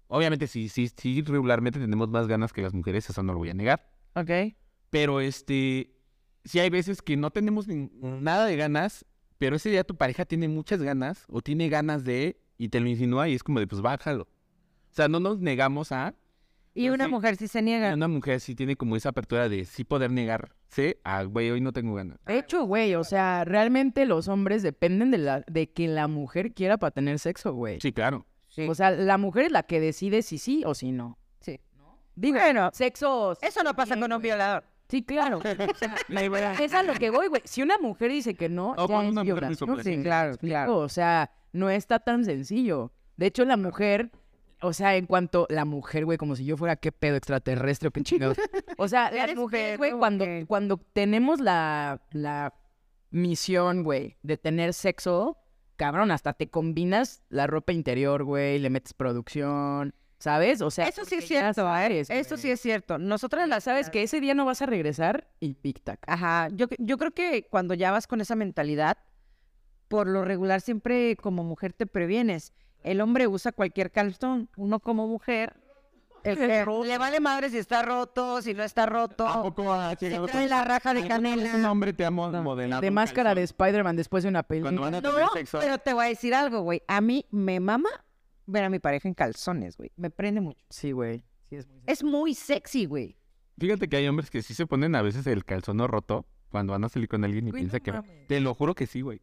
S1: Obviamente sí, sí, sí, regularmente tenemos más ganas que las mujeres, eso no lo voy a negar.
S4: Ok.
S1: Pero este, sí hay veces que no tenemos nin- nada de ganas, pero ese día tu pareja tiene muchas ganas o tiene ganas de y te lo insinúa y es como de, pues bájalo. O sea, no nos negamos a...
S4: Y una
S1: Sí.
S4: mujer sí se
S1: y
S4: niega.
S1: Una mujer sí tiene como esa apertura de sí poder negarse a, güey, hoy no tengo ganas.
S2: De hecho, güey, o sea, realmente los hombres dependen de, la, de que la mujer quiera para tener sexo, güey.
S1: Sí, claro.
S2: O sea, la mujer es la que decide si sí o si no.
S4: Sí.
S2: Digo,
S4: Bueno,
S2: sexo.
S4: Eso no pasa
S2: Sí,
S4: con un
S2: güey.
S4: violador.
S2: Sí, claro. O sea, es a lo que voy, güey. Si una mujer dice que no,
S1: O
S2: ya
S1: con
S2: es
S1: una mujer
S2: violación,
S1: muy
S2: güey.
S4: Claro, claro.
S2: O sea, no está tan sencillo. De hecho, la mujer, o sea, en cuanto la mujer, güey, como si yo fuera qué pedo extraterrestre o qué chingados. O sea, las
S4: Eres
S2: mujeres,
S4: pedo,
S2: güey, cuando,
S4: güey.
S2: cuando tenemos la, la misión, güey, de tener sexo, cabrón, hasta te combinas la ropa interior, güey, le metes producción, ¿sabes? O sea,
S4: Eso sí es
S2: porque ya
S4: cierto, ¿eh?
S2: sabes,
S4: Eso
S2: güey.
S4: sí es cierto. Nosotras las
S2: Sabes que ese día no vas a regresar y tic-tac.
S4: Ajá, yo, yo creo que cuando ya vas con esa mentalidad, por lo regular siempre como mujer te previenes. El hombre usa cualquier calzón, uno como mujer. El que le vale madre si está roto, si no está roto.
S1: ¿A poco ha
S4: Se
S1: llegado
S4: trae la raja de canela.
S1: Un hombre te amo modelado.
S2: De máscara de Spider-Man después de una
S1: Cuando
S2: película.
S1: van a
S4: No,
S1: tener sexo.
S4: pero te voy a decir algo, güey. A mí me mama ver a mi pareja en calzones, güey. Me prende mucho.
S2: Sí, güey. Sí, es muy
S4: Es muy sexy, güey.
S1: Fíjate que hay hombres que sí se ponen a veces el calzón no roto cuando van a salir con alguien y
S2: Güey,
S1: piensa
S2: no
S1: que.
S2: mames.
S1: Te lo juro que sí, güey.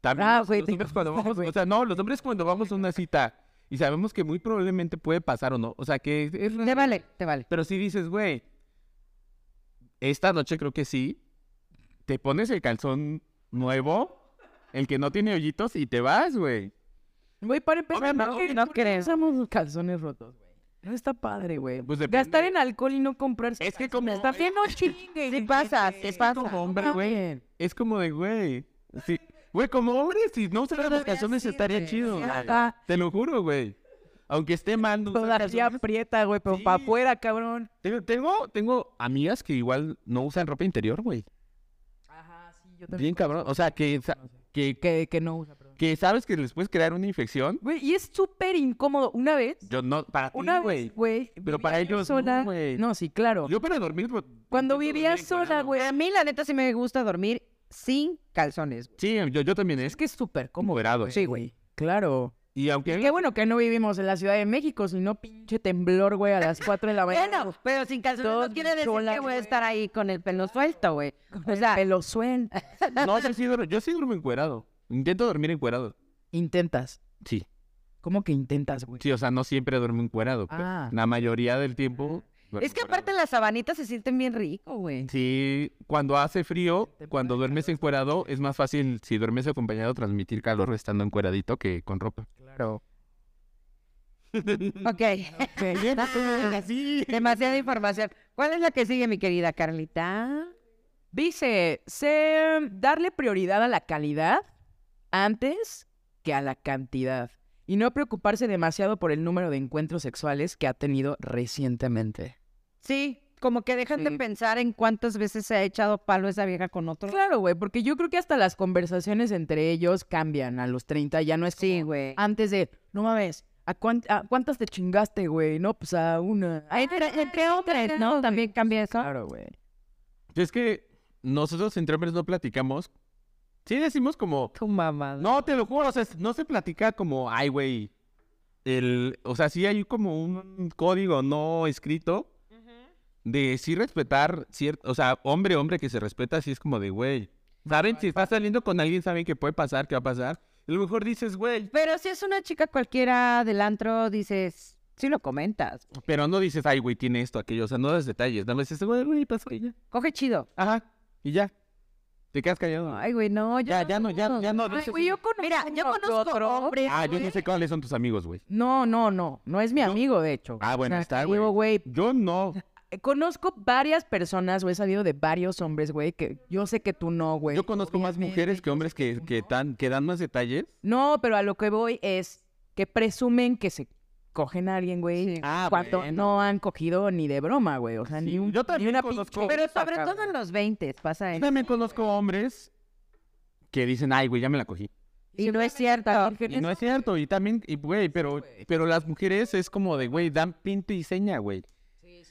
S1: También
S2: Ah,
S1: los-
S2: güey,
S1: los
S2: te-
S1: hombres cuando vamos- O sea, no, los hombres cuando vamos a una cita y sabemos que muy probablemente puede pasar o no. O sea, que es- es
S4: Te vale, te vale.
S1: Pero si dices, güey, esta noche creo que sí, te pones el calzón nuevo, el que no tiene hoyitos y te vas, güey.
S2: Güey, para empezar,
S1: Obviamente,
S2: ¿por qué-
S4: no
S2: por qué
S4: creo.
S2: Usamos los calzones rotos, güey. No está padre, güey.
S1: Pues depende.
S2: Gastar en alcohol y no comprarse.
S1: Es que como-
S2: Está bien, no chingue.
S4: Sí pasa, sí pasa.
S2: hombre, güey.
S1: Es como de, güey, sí. Güey, como hombre, si no usaran las calzones estaría chido.
S2: Ajá.
S1: Te lo juro, güey. Aunque esté mal, no usar
S2: Todavía
S1: calzones.
S2: aprieta, güey, pero
S1: Sí.
S2: para afuera, cabrón.
S1: Tengo- Tengo, tengo amigas que igual no usan ropa interior, güey.
S2: Ajá, sí, yo
S1: Bien cabrón. O sea, que, sa- que,
S2: Que, que no usa, perdón.
S1: que sabes que les puedes crear una infección.
S2: Güey, y es súper incómodo. Una vez,
S1: Yo no, para ti,
S2: una
S1: güey.
S2: vez, güey.
S1: Pero para
S2: vivía yo
S1: ellos no,
S2: sola.
S1: güey.
S2: No, sí, claro.
S1: Yo para dormir. pues,
S2: Cuando
S1: intento
S2: vivía
S1: dormir
S2: sola,
S1: encuerado.
S2: güey.
S4: A mí, la neta, sí me gusta dormir sin calzones.
S1: Sí, yo, yo también
S2: Es
S1: es.
S2: que es súper cómodo.
S1: Moderado,
S2: Sí, güey. Claro.
S1: Y aunque.
S2: Qué bueno que no vivimos en la Ciudad de México, sino pinche temblor, güey, a las 4 de la mañana.
S4: Bueno, pues, pero sin calzones
S2: Todo
S4: no quiere decir
S2: chola,
S4: que voy a
S2: güey.
S4: estar ahí con el pelo suelto, güey. O sea,
S2: pelo suelta.
S1: No, yo sí, duermo- yo sí duermo encuerado. Intento dormir encuerado.
S2: Intentas.
S1: Sí.
S2: ¿Cómo que intentas, güey?
S1: Sí, o sea, no siempre duermo encuerado. pero
S2: Ah.
S1: La mayoría del tiempo. duermo
S4: es que
S1: encuerado.
S4: aparte las sabanitas se sienten bien rico, güey.
S1: Sí, cuando hace frío, cuando duermes encuerado, es más fácil si duermes acompañado transmitir calor estando encueradito que con ropa.
S2: Claro.
S4: Ok. Demasiada información. ¿Cuál es la que sigue, mi querida Carlita?
S2: Dice, se- darle prioridad a la calidad antes que a la cantidad. Y no preocuparse demasiado por el número de encuentros sexuales que ha tenido recientemente.
S4: Sí, como que dejan de pensar en cuántas veces se ha echado palo esa vieja con otro.
S2: Claro, güey, porque yo creo que hasta las conversaciones entre ellos cambian a los 30. Ya no es
S4: Sí,
S2: como
S4: güey.
S2: antes de, no mames, ¿a, cuán- a cuántas te chingaste, güey? No, pues a una.
S4: Ah, Entre, entre hombres, ¿no? También cambia eso.
S2: Claro, güey.
S1: Es que nosotros entre hombres no platicamos. Sí decimos como.
S4: Tu mamá.
S1: No, te lo juro, o sea, no se platica como, ay, güey. El, o sea, sí hay como un código no escrito de sí respetar cierto, o sea, hombre, hombre que se respeta, sí es como de, güey. Saben, si estás saliendo con alguien, saben que puede pasar, que va a pasar. A lo mejor dices, güey,
S4: Pero si es una chica cualquiera del antro, dices, Sí lo comentas.
S1: Pero no dices, ay, güey, tiene esto, aquello. O sea, no das detalles. Nada más dices, güey, güey, pasó y ya.
S4: Coge chido.
S1: Ajá. Y ya. Te quedas callado.
S4: Ay, güey, no. yo
S1: ya, ya no, ya,
S4: dudo.
S1: ya no. no
S2: Ay,
S1: sé-
S2: güey, yo conozco
S4: Mira, yo
S2: uno que
S4: conozco
S2: otro.
S4: hombres.
S1: Ah, yo
S4: güey.
S1: no sé cuáles son tus amigos, güey.
S2: No, no, no. No es mi
S1: No.
S2: amigo, de hecho.
S1: Ah, bueno, está, güey.
S2: digo, güey,
S1: Yo no.
S2: eh, conozco varias personas, güey, he sabido de varios hombres, güey, que yo sé que tú no, güey.
S1: Yo conozco más
S2: Obviamente,
S1: mujeres que
S2: yo
S1: hombres
S2: sé
S1: que,
S2: tú
S1: que,
S2: no.
S1: tan- que dan más detalles.
S2: No, pero a lo que voy es que presumen que se cogen a alguien, güey.
S1: Ah,
S2: cuando no han cogido ni de broma, güey. O sea,
S1: Sí,
S2: ni un.
S1: yo también
S2: ni una
S1: conozco-
S2: pinche
S4: Pero
S2: cosa,
S4: sobre
S2: cabrón.
S4: todo en los 20 pasa
S1: Yo
S4: eso.
S1: también conozco hombres que dicen, ay, güey, ya me la cogí.
S4: Y no es cierto.
S2: Tan
S1: Y
S2: vírgenes.
S1: no es cierto. Y también, y, güey, pero, pero las mujeres es como de, güey, dan pinto y seña, güey.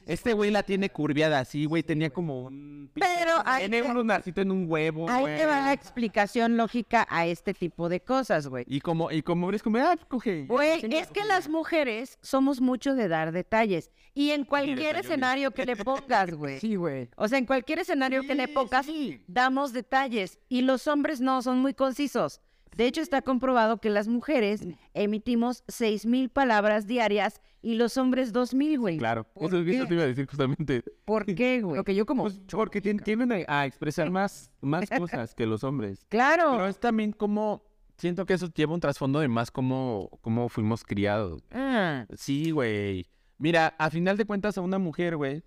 S1: Este güey la tiene curviada así, güey, tenía como un... pinche-
S4: Pero ahí
S1: Tiene
S4: te-
S1: un lunarcito en un huevo,
S4: Ahí
S1: güey.
S4: te va la explicación lógica a este tipo de cosas, güey.
S1: Y como, y como eres como, ah, coge.
S4: Güey, es que las mujeres somos mucho de dar detalles. Y en cualquier
S1: detallones.
S4: escenario que le pongas, güey.
S2: Sí, güey.
S4: O sea, en cualquier escenario que le pongas, damos detalles. Y los hombres no, son muy concisos. De hecho, está comprobado que las mujeres emitimos 6.000 palabras diarias y los hombres 2.000, güey.
S1: Claro,
S4: ¿Por
S1: eso, eso
S4: qué?
S1: te iba a decir justamente.
S4: ¿Por qué, güey?
S2: Lo que yo como.
S1: Pues, porque tien- tienden a, a expresar más, más cosas que los hombres.
S4: Claro.
S1: Pero es también como, siento que eso lleva un trasfondo de más como, como fuimos criados.
S4: Ah,
S1: Sí, güey. Mira, a final de cuentas a una mujer, güey,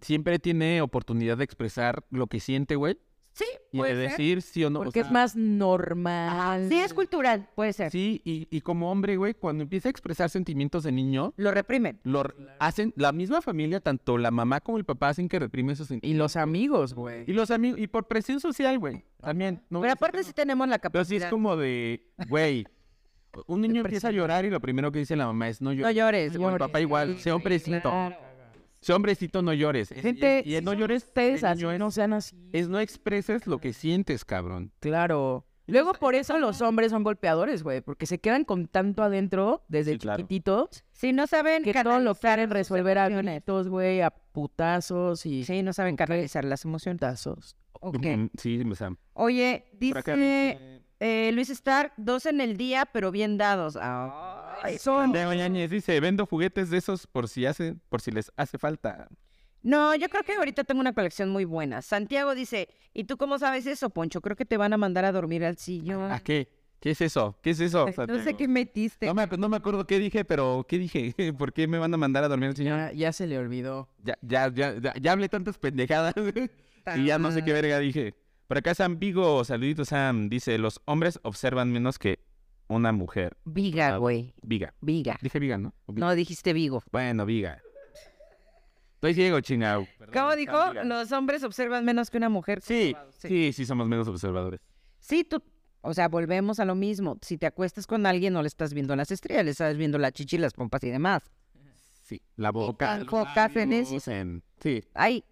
S1: siempre tiene oportunidad de expresar lo que siente, güey.
S4: Sí,
S1: Y
S4: puede
S1: de
S4: ser.
S1: decir sí o no. o
S2: Porque es
S1: sea,
S2: más normal.
S4: Sí, es cultural, puede ser.
S1: Sí, y, y como hombre, güey, cuando empieza a expresar sentimientos de niño,
S4: Lo reprimen.
S1: lo r- hacen, la misma familia, tanto la mamá como el papá, hacen que reprime esos sentimientos.
S2: Y los amigos, güey.
S1: Y los amigos, y por presión social, güey, también. No voy a
S4: Pero
S1: decir que
S4: aparte sí tenemos la
S1: no. Pero sí
S4: capacidad.
S1: es como de, güey, un niño empieza a llorar y lo primero que dice la mamá es, no
S4: No
S1: llores.
S4: llores,
S1: O el
S4: güey.
S1: papá igual, sea hombrecito. Sea hombrecito, no llores. Y-
S2: Gente,
S1: y, el
S2: si
S1: no
S2: son
S1: llores,
S2: Ustedes
S1: de
S2: así
S1: niño es-
S2: no sean así.
S1: es no expreses lo que sientes, cabrón.
S2: Claro. Luego por eso los hombres son golpeadores, güey, porque se quedan con tanto adentro desde
S1: Sí, claro.
S2: chiquititos
S4: Si no saben
S2: que todo lo
S4: canalizar
S2: quieren
S4: sus
S2: resolver a
S4: emociones.
S2: gritos, güey, a putazos y
S4: Sí, no saben canalizar las emociones.
S2: putazos.
S4: Ok.
S1: Sí, o sea,
S4: Oye,
S1: por acá.
S4: dice eh, Luis Stark, dos en el día, pero bien dados. Ay, son-
S1: Santiago Yáñez dice, vendo juguetes de esos por si hacen, por si les hace falta.
S4: No, yo creo que ahorita tengo una colección muy buena. Santiago dice, ¿y tú cómo sabes eso, Poncho? Creo que te van a mandar a dormir al sillón.
S1: ¿A qué? ¿Qué es eso? ¿Qué es eso?
S4: Ah. no sé
S1: Santiago?
S4: qué metiste.
S1: Ah, No me, ac- no me acuerdo qué dije, pero ¿qué dije? ¿Por qué me van a mandar a dormir al señor?
S2: Ya, ya se le olvidó.
S1: Ya, ya, ya, ya, ya hablé tantas pendejadas y ya no sé qué verga dije. Por acá Sam Vigo, saluditos Sam, dice, los hombres observan menos que una mujer. Ah,
S4: Viga, güey.
S1: Viga.
S4: Viga.
S1: Dije Viga, ¿no? ¿O vi-
S4: No dijiste Vigo.
S1: Bueno, Viga. Estoy ciego, chingao.
S4: ¿Cómo dijo? Los hombres observan menos que una mujer.
S1: Sí,
S4: sí.
S1: sí, sí, somos menos observadores.
S4: Sí, tú, o sea, volvemos a lo mismo. Si te acuestas con alguien, no le estás viendo las estrellas, le estás viendo la chichi, las pompas y demás.
S1: Sí, la boca.
S4: te
S1: los
S4: enfocas en eso.
S1: labios, en- Sí,
S4: Ay,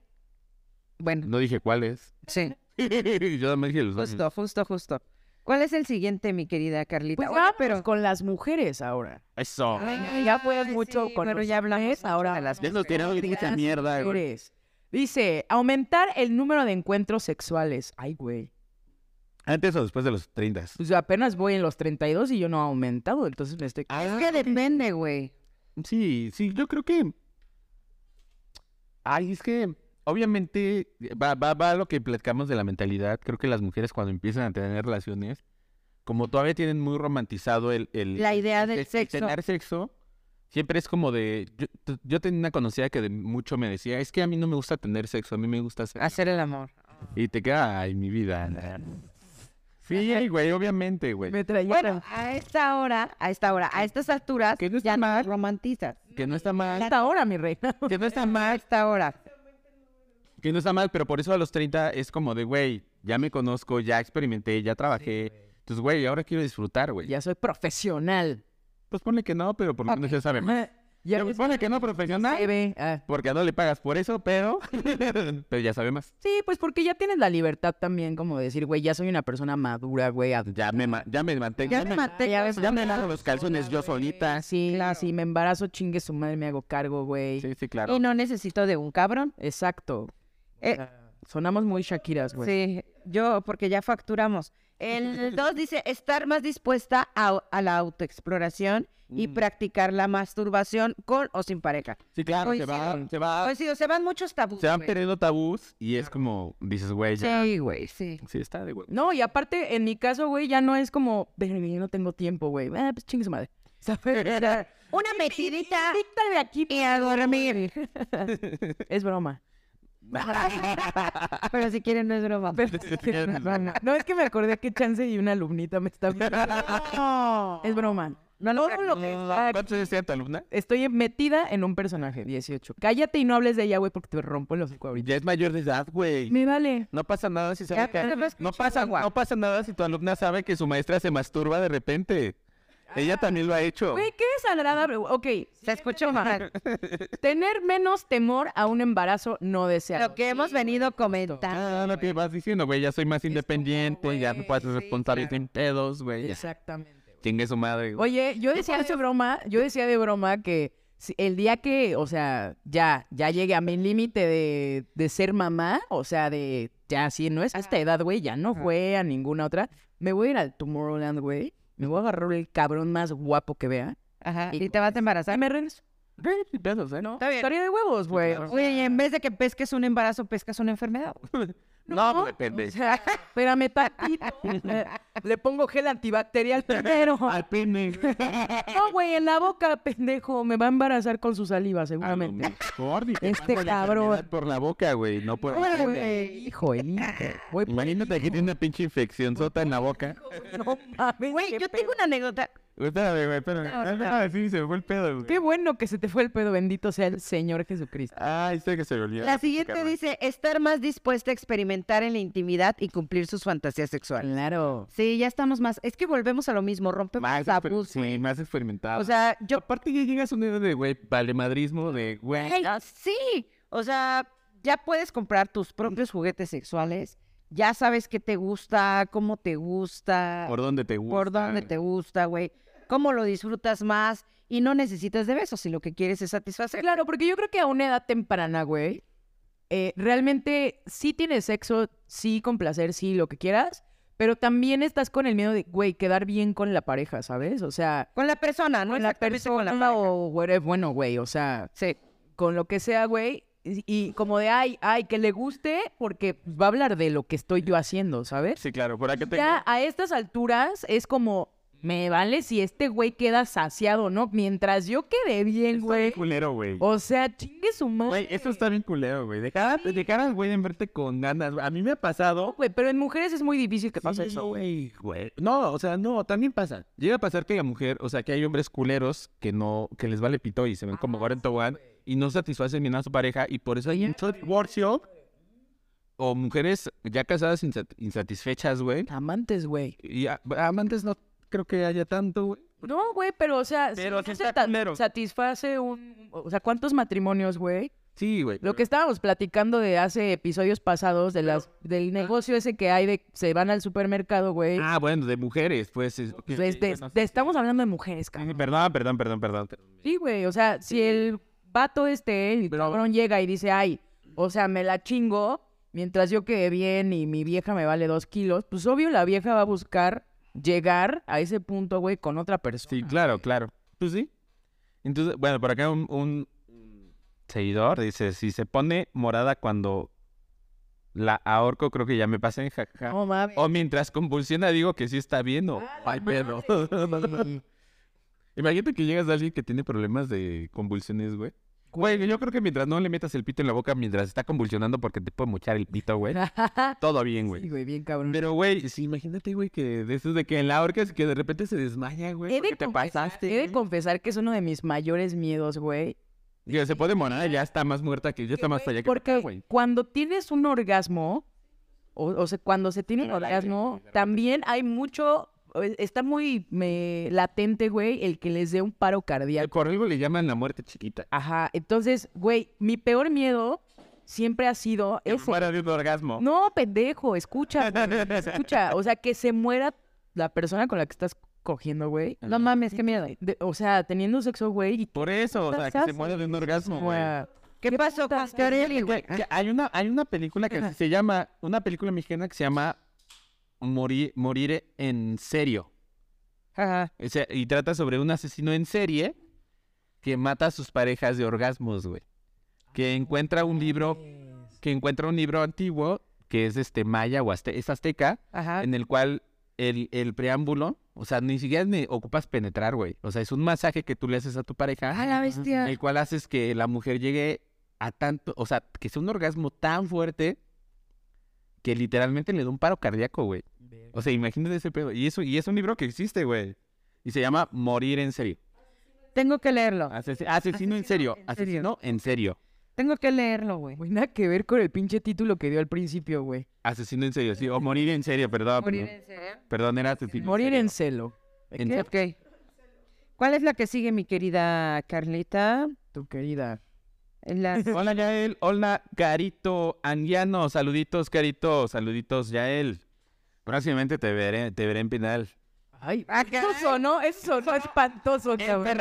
S4: bueno,
S1: no dije cuál es.
S4: sí, Pues
S1: Yo también dije los
S4: justo, justo, justo. ¿Cuál es el siguiente, mi querida Carlita?
S2: Pues
S4: Oye,
S2: vamos
S4: pero
S2: con las mujeres ahora.
S1: Eso.
S2: ya fue mucho con
S4: pero
S2: los
S4: ya hablamos
S2: hombres,
S4: mucho
S2: ahora
S4: de las
S1: Ya nos tiraron esa mierda, güey.
S2: mujeres. Dice, aumentar el número de encuentros sexuales. Ay, güey.
S1: Antes o después de los 30.
S2: Pues yo apenas voy en los 32 y yo no he aumentado, entonces me estoy...
S1: Ah,
S4: es que depende, güey.
S1: Sí, sí, yo creo que. Ay, es que obviamente va, va, va lo que platicamos de la mentalidad. Creo que las mujeres cuando empiezan a tener relaciones, como todavía tienen muy romantizado el, el-
S4: La idea
S1: el-
S4: del
S1: el
S4: sexo.
S1: tener sexo, siempre es como de. Yo, t- yo tenía una conocida que de mucho me decía, es que a mí no me gusta tener sexo, a mí me gusta
S2: Ah.
S1: hacer.
S4: Hacer el amor.
S1: Y te queda, ay, mi vida. na". Sí, ay, güey, obviamente, güey.
S2: Me traía...
S4: Bueno, a esta hora, a esta hora, a estas alturas,
S1: Que no está
S4: ya no
S1: mal.
S4: romantizas.
S1: Que no está mal.
S2: hasta ahora, mi reina.
S1: Que no está mal.
S4: A esta hora.
S1: Que no está mal, pero por eso a los 30 es como de, güey, ya me conozco, ya experimenté, ya trabajé. Entonces, güey, ahora quiero disfrutar, güey.
S2: Ya soy profesional.
S1: Pues ponle que no, pero por lo menos ya sabe más.
S2: Ya
S1: Pero ponle que no profesional,
S2: se ve, ah.
S1: porque no le pagas por eso, pero... pero ya sabe más.
S2: Sí, pues porque ya tienes la libertad también como de decir, güey, ya soy una persona madura, güey. adulta.
S1: Ya me, ma- ya me mantengo.
S4: Ya me maté. Ya ves,
S1: ya me lavo los calzones yo solita.
S2: Sí, sí, me embarazo, chingue su madre, me hago cargo, güey.
S1: Sí, sí, claro.
S4: Y no necesito de un cabrón.
S2: Exacto.
S4: Eh,
S1: Ah,
S2: Sonamos muy Shakiras, güey.
S4: Sí, yo, porque ya facturamos. El 2 dice estar más dispuesta a, a la autoexploración y
S1: Mm.
S4: practicar la masturbación con o sin pareja.
S1: Sí, claro,
S4: Hoy
S1: se
S4: sí,
S1: van, se va-
S4: Pues sí, o se van muchos tabús.
S1: Ah. se van
S4: güey.
S1: perdiendo tabús y es como, dices, güey, ya.
S4: Sí, güey, sí.
S1: Sí, está de güey.
S2: No, y aparte, en mi caso, güey, ya no es como, "Verga, ya no tengo tiempo, güey. Ah, pues chingue su madre. ¿Sabes? O sea,
S4: Una metidita
S2: quítale de aquí.
S4: y a dormir.
S2: Es broma.
S4: Pero si quieren no es broma.
S2: No, es que me acordé que Chance y una alumnita me está viendo. Es broma. No, no, lo que está aquí-
S1: ¿Cuántos años tiene tu alumna?
S2: Estoy metida en un personaje, 18. Cállate y no hables de ella, güey, porque te rompo los cinco ahorita.
S1: Ya es mayor de edad, güey.
S2: Me vale.
S1: No pasa nada si sabe
S4: Ya,
S1: que...
S4: pero no
S1: No
S4: escucho,
S1: pasa,
S4: guau.
S1: no pasa nada si tu alumna sabe que su maestra se masturba de repente. Ella también lo ha hecho.
S2: Güey, qué desagradable. Ok,
S4: Se escuchó mal.
S2: tener menos temor a un embarazo no deseado.
S4: Lo que hemos venido comentando.
S1: Ah, lo que vas diciendo, güey, ya soy más independiente, ya me puedo hacer responsable sin pedos, güey. ya.
S2: Exactamente.
S1: Chingue su madre, güey.
S2: Oye, yo decía de broma, yo decía de broma que si- el día que, o sea, ya, ya llegué a mi límite de, de ser mamá, o sea, de ya si no es a esta edad, güey, ya no fue a ninguna otra. Me voy a ir al Tomorrowland, güey. Me voy a agarrar el cabrón más guapo que vea.
S4: Ajá. Y te vas a embarazar.
S2: Y me regreso.
S1: Güey, sin pedos, ¿eh? No,
S4: Está bien.
S2: Estaría de huevos, güey. o
S4: Güey, en vez de que pesques un embarazo, pescas una enfermedad.
S1: no depende.
S2: sea, espérame tantito. Eh, Le pongo gel antibacterial primero.
S1: Al pene.
S2: No, güey, en la boca, pendejo. Me va a embarazar con su
S4: Ah,
S2: saliva,
S1: A lo
S2: seguramente.
S1: mejor, y te
S2: Este
S1: paso la
S2: cabrón.
S1: enfermedad Por la boca, güey, no por...
S2: Hijo, el hijo. Güey, pues,
S1: Imagínate que tiene una pinche infección sota en la boca.
S2: no mames.
S4: Güey,
S2: qué
S4: yo
S2: pedo.
S4: tengo una anécdota.
S1: Espérame, güey, espérame. Ah, espérame, sí, se me fue el pedo, güey.
S2: Qué bueno que se te fue el pedo, bendito sea el Señor Jesucristo.
S1: Ay, sé que se me olvidó.
S4: La siguiente
S1: Cabrón.
S4: dice estar más dispuesta a experimentar en la intimidad y cumplir sus fantasías sexuales.
S2: Claro.
S4: Sí, ya estamos más. Es que volvemos a lo mismo, rompemos
S1: Más exper-
S4: tabús.
S1: sí, más experimentado.
S4: O sea, yo
S1: aparte ya llegas a un nivel de, güey, valemadrismo, de, güey,
S4: Ah, sí, o sea, ya puedes comprar tus propios juguetes sexuales, ya sabes qué te gusta, cómo te gusta,
S1: por dónde te gusta.
S4: por dónde te gusta, güey, cómo lo disfrutas más y no necesitas de besos si lo que quieres es satisfacer.
S2: Claro, porque yo creo que a una edad temprana, güey, eh, realmente sí tienes sexo, sí con placer, sí lo que quieras, pero también estás con el miedo de, güey, quedar bien con la pareja, ¿sabes? O sea,
S4: Con la persona, no
S2: con la
S4: Exactamente con
S2: persona
S4: la pareja.
S2: o whatever, bueno, güey, o sea, con lo que sea, güey, y, y como de, ay, ay, que le guste porque va a hablar de lo que estoy yo haciendo, ¿sabes?
S1: Sí, claro, por acá te...
S2: Ya a estas alturas es como, me vale si este güey queda saciado, ¿no? Mientras yo quede bien, güey.
S1: culero, güey.
S4: oh,
S2: O sea, chingue su madre.
S1: Güey, eh. esto está bien culero, güey. Dejar, a- dejar al güey de verte con ganas. güey. A mí me ha pasado.
S2: Güey, pero en mujeres es muy difícil que pase
S1: Sí,
S2: eso, güey.
S1: güey. No, o sea, no, también pasa. Llega a pasar que la mujer, o sea, que hay hombres culeros que no, que les vale pito y se ven
S2: Ah,
S1: como ahora en tobogán y no satisfacen bien a su pareja y por eso hay mucho divorcio. O mujeres ya casadas insat- insatisfechas, güey.
S2: Amantes, güey.
S1: Y a- amantes no creo que haya tanto, güey.
S2: No, güey, pero o sea, si
S1: Pero
S2: no
S1: sí
S2: se
S1: está
S2: ta-
S1: culero.
S2: satisface un... O sea, ¿cuántos matrimonios, güey?
S1: Sí, güey.
S2: Lo que estábamos platicando de hace episodios pasados, de las, del negocio ese que hay de se van al supermercado, güey.
S1: Ah, bueno, de mujeres, pues. es- ok,
S2: Pues, de-
S1: bueno, sí.
S2: de- estamos hablando de mujeres,
S1: Sí,
S2: cabrón.
S1: Perdón, perdón, perdón, perdón.
S2: Sí, güey. O sea, si el vato este, el
S1: Pero-
S2: cabrón llega y dice, ay, o sea, me la chingo, mientras yo quede bien y mi vieja me vale dos kilos, pues obvio la vieja va a buscar llegar a ese punto, güey, con otra persona.
S1: Sí, claro, claro. Pues sí. Entonces, bueno, por acá un, un seguidor dice, si se pone morada cuando la ahorco, creo que ya me pasé, jaja.
S2: No mames.
S1: O mientras convulsiona digo que sí está bien o ay, perro. Imagínate que llegas a alguien que tiene problemas de convulsiones, güey. Güey, yo creo que mientras no le metas el pito en la boca mientras está convulsionando porque te puede mochar el pito, güey. Todo bien, güey.
S2: Sí, güey, bien cabrón.
S1: Pero, güey, sí, imagínate, güey, que de esos de que en la horca es que de repente se desmaya, güey.
S2: He de
S1: porque te
S2: confesar-
S1: pasaste?
S2: He de
S1: güey.
S2: confesar que es uno de mis mayores miedos, güey.
S1: Digo, se puede morar, ya está más muerta que ya está más allá que acá,
S2: Porque
S1: güey.
S2: cuando tienes un orgasmo, o, o sea, cuando se tiene un orgasmo, también hay mucho, eh, está muy me, latente, güey, el que les dé un paro cardíaco.
S1: Por algo le llaman la muerte chiquita.
S2: Ajá, entonces, güey, mi peor miedo siempre ha sido
S1: Que
S2: ese.
S1: muera de un orgasmo.
S2: No, pendejo, escucha, güey, escucha. O sea, que se muera la persona con la que estás cogiendo, güey.
S4: No mames, qué miedo.
S2: De- o sea, teniendo sexo, güey, y...
S1: Por eso, o sea, que se
S2: Estás-
S1: muera de un orgasmo, güey.
S4: ¿Qué, pasó, Pastorelli, güey? ah,
S1: Que Hay una, hay una película que se llama, una película mexicana que se llama morir, morir en serio.
S4: Ajá.
S1: O sea, y trata sobre un asesino en serie que mata a sus parejas de orgasmos, güey. Que encuentra un libro, que encuentra un libro antiguo, que es este maya o azte- es azteca,
S4: Ajá.
S1: en el cual el, el preámbulo, o sea, ni siquiera ne- ocupas penetrar, güey. O sea, es un masaje que tú le haces a tu pareja.
S4: A la bestia.
S1: El cual haces que la mujer llegue a tanto, o sea, que sea un orgasmo tan fuerte que literalmente le da un paro cardíaco, güey. O sea, imagínate ese pedo. Y, eso, y es un libro que existe, güey. Y se llama Morir en serio.
S4: Tengo que leerlo.
S1: Asesi- asesino en serio. Asesino en serio.
S4: Tengo que leerlo, güey.
S2: Güey, nada que ver con el pinche título que dio al principio, güey.
S1: Asesino en serio, sí. O morir en serio, perdón.
S4: Morir en serio.
S1: Perdón, era asesino.
S2: Morir en
S1: serio.
S2: celo.
S1: En
S2: ¿Qué?
S1: serio.
S4: Ok. ¿Cuál es la que sigue, mi querida Carlita?
S2: Tu querida.
S4: La-
S1: Hola, Yael. Hola, Carito Anguiano. Saluditos, Carito. Saluditos, Yael. Próximamente te veré, te veré en Pinal.
S2: Ay,
S4: Ah,
S2: eso sonó, eso sonó espantoso, cabrón.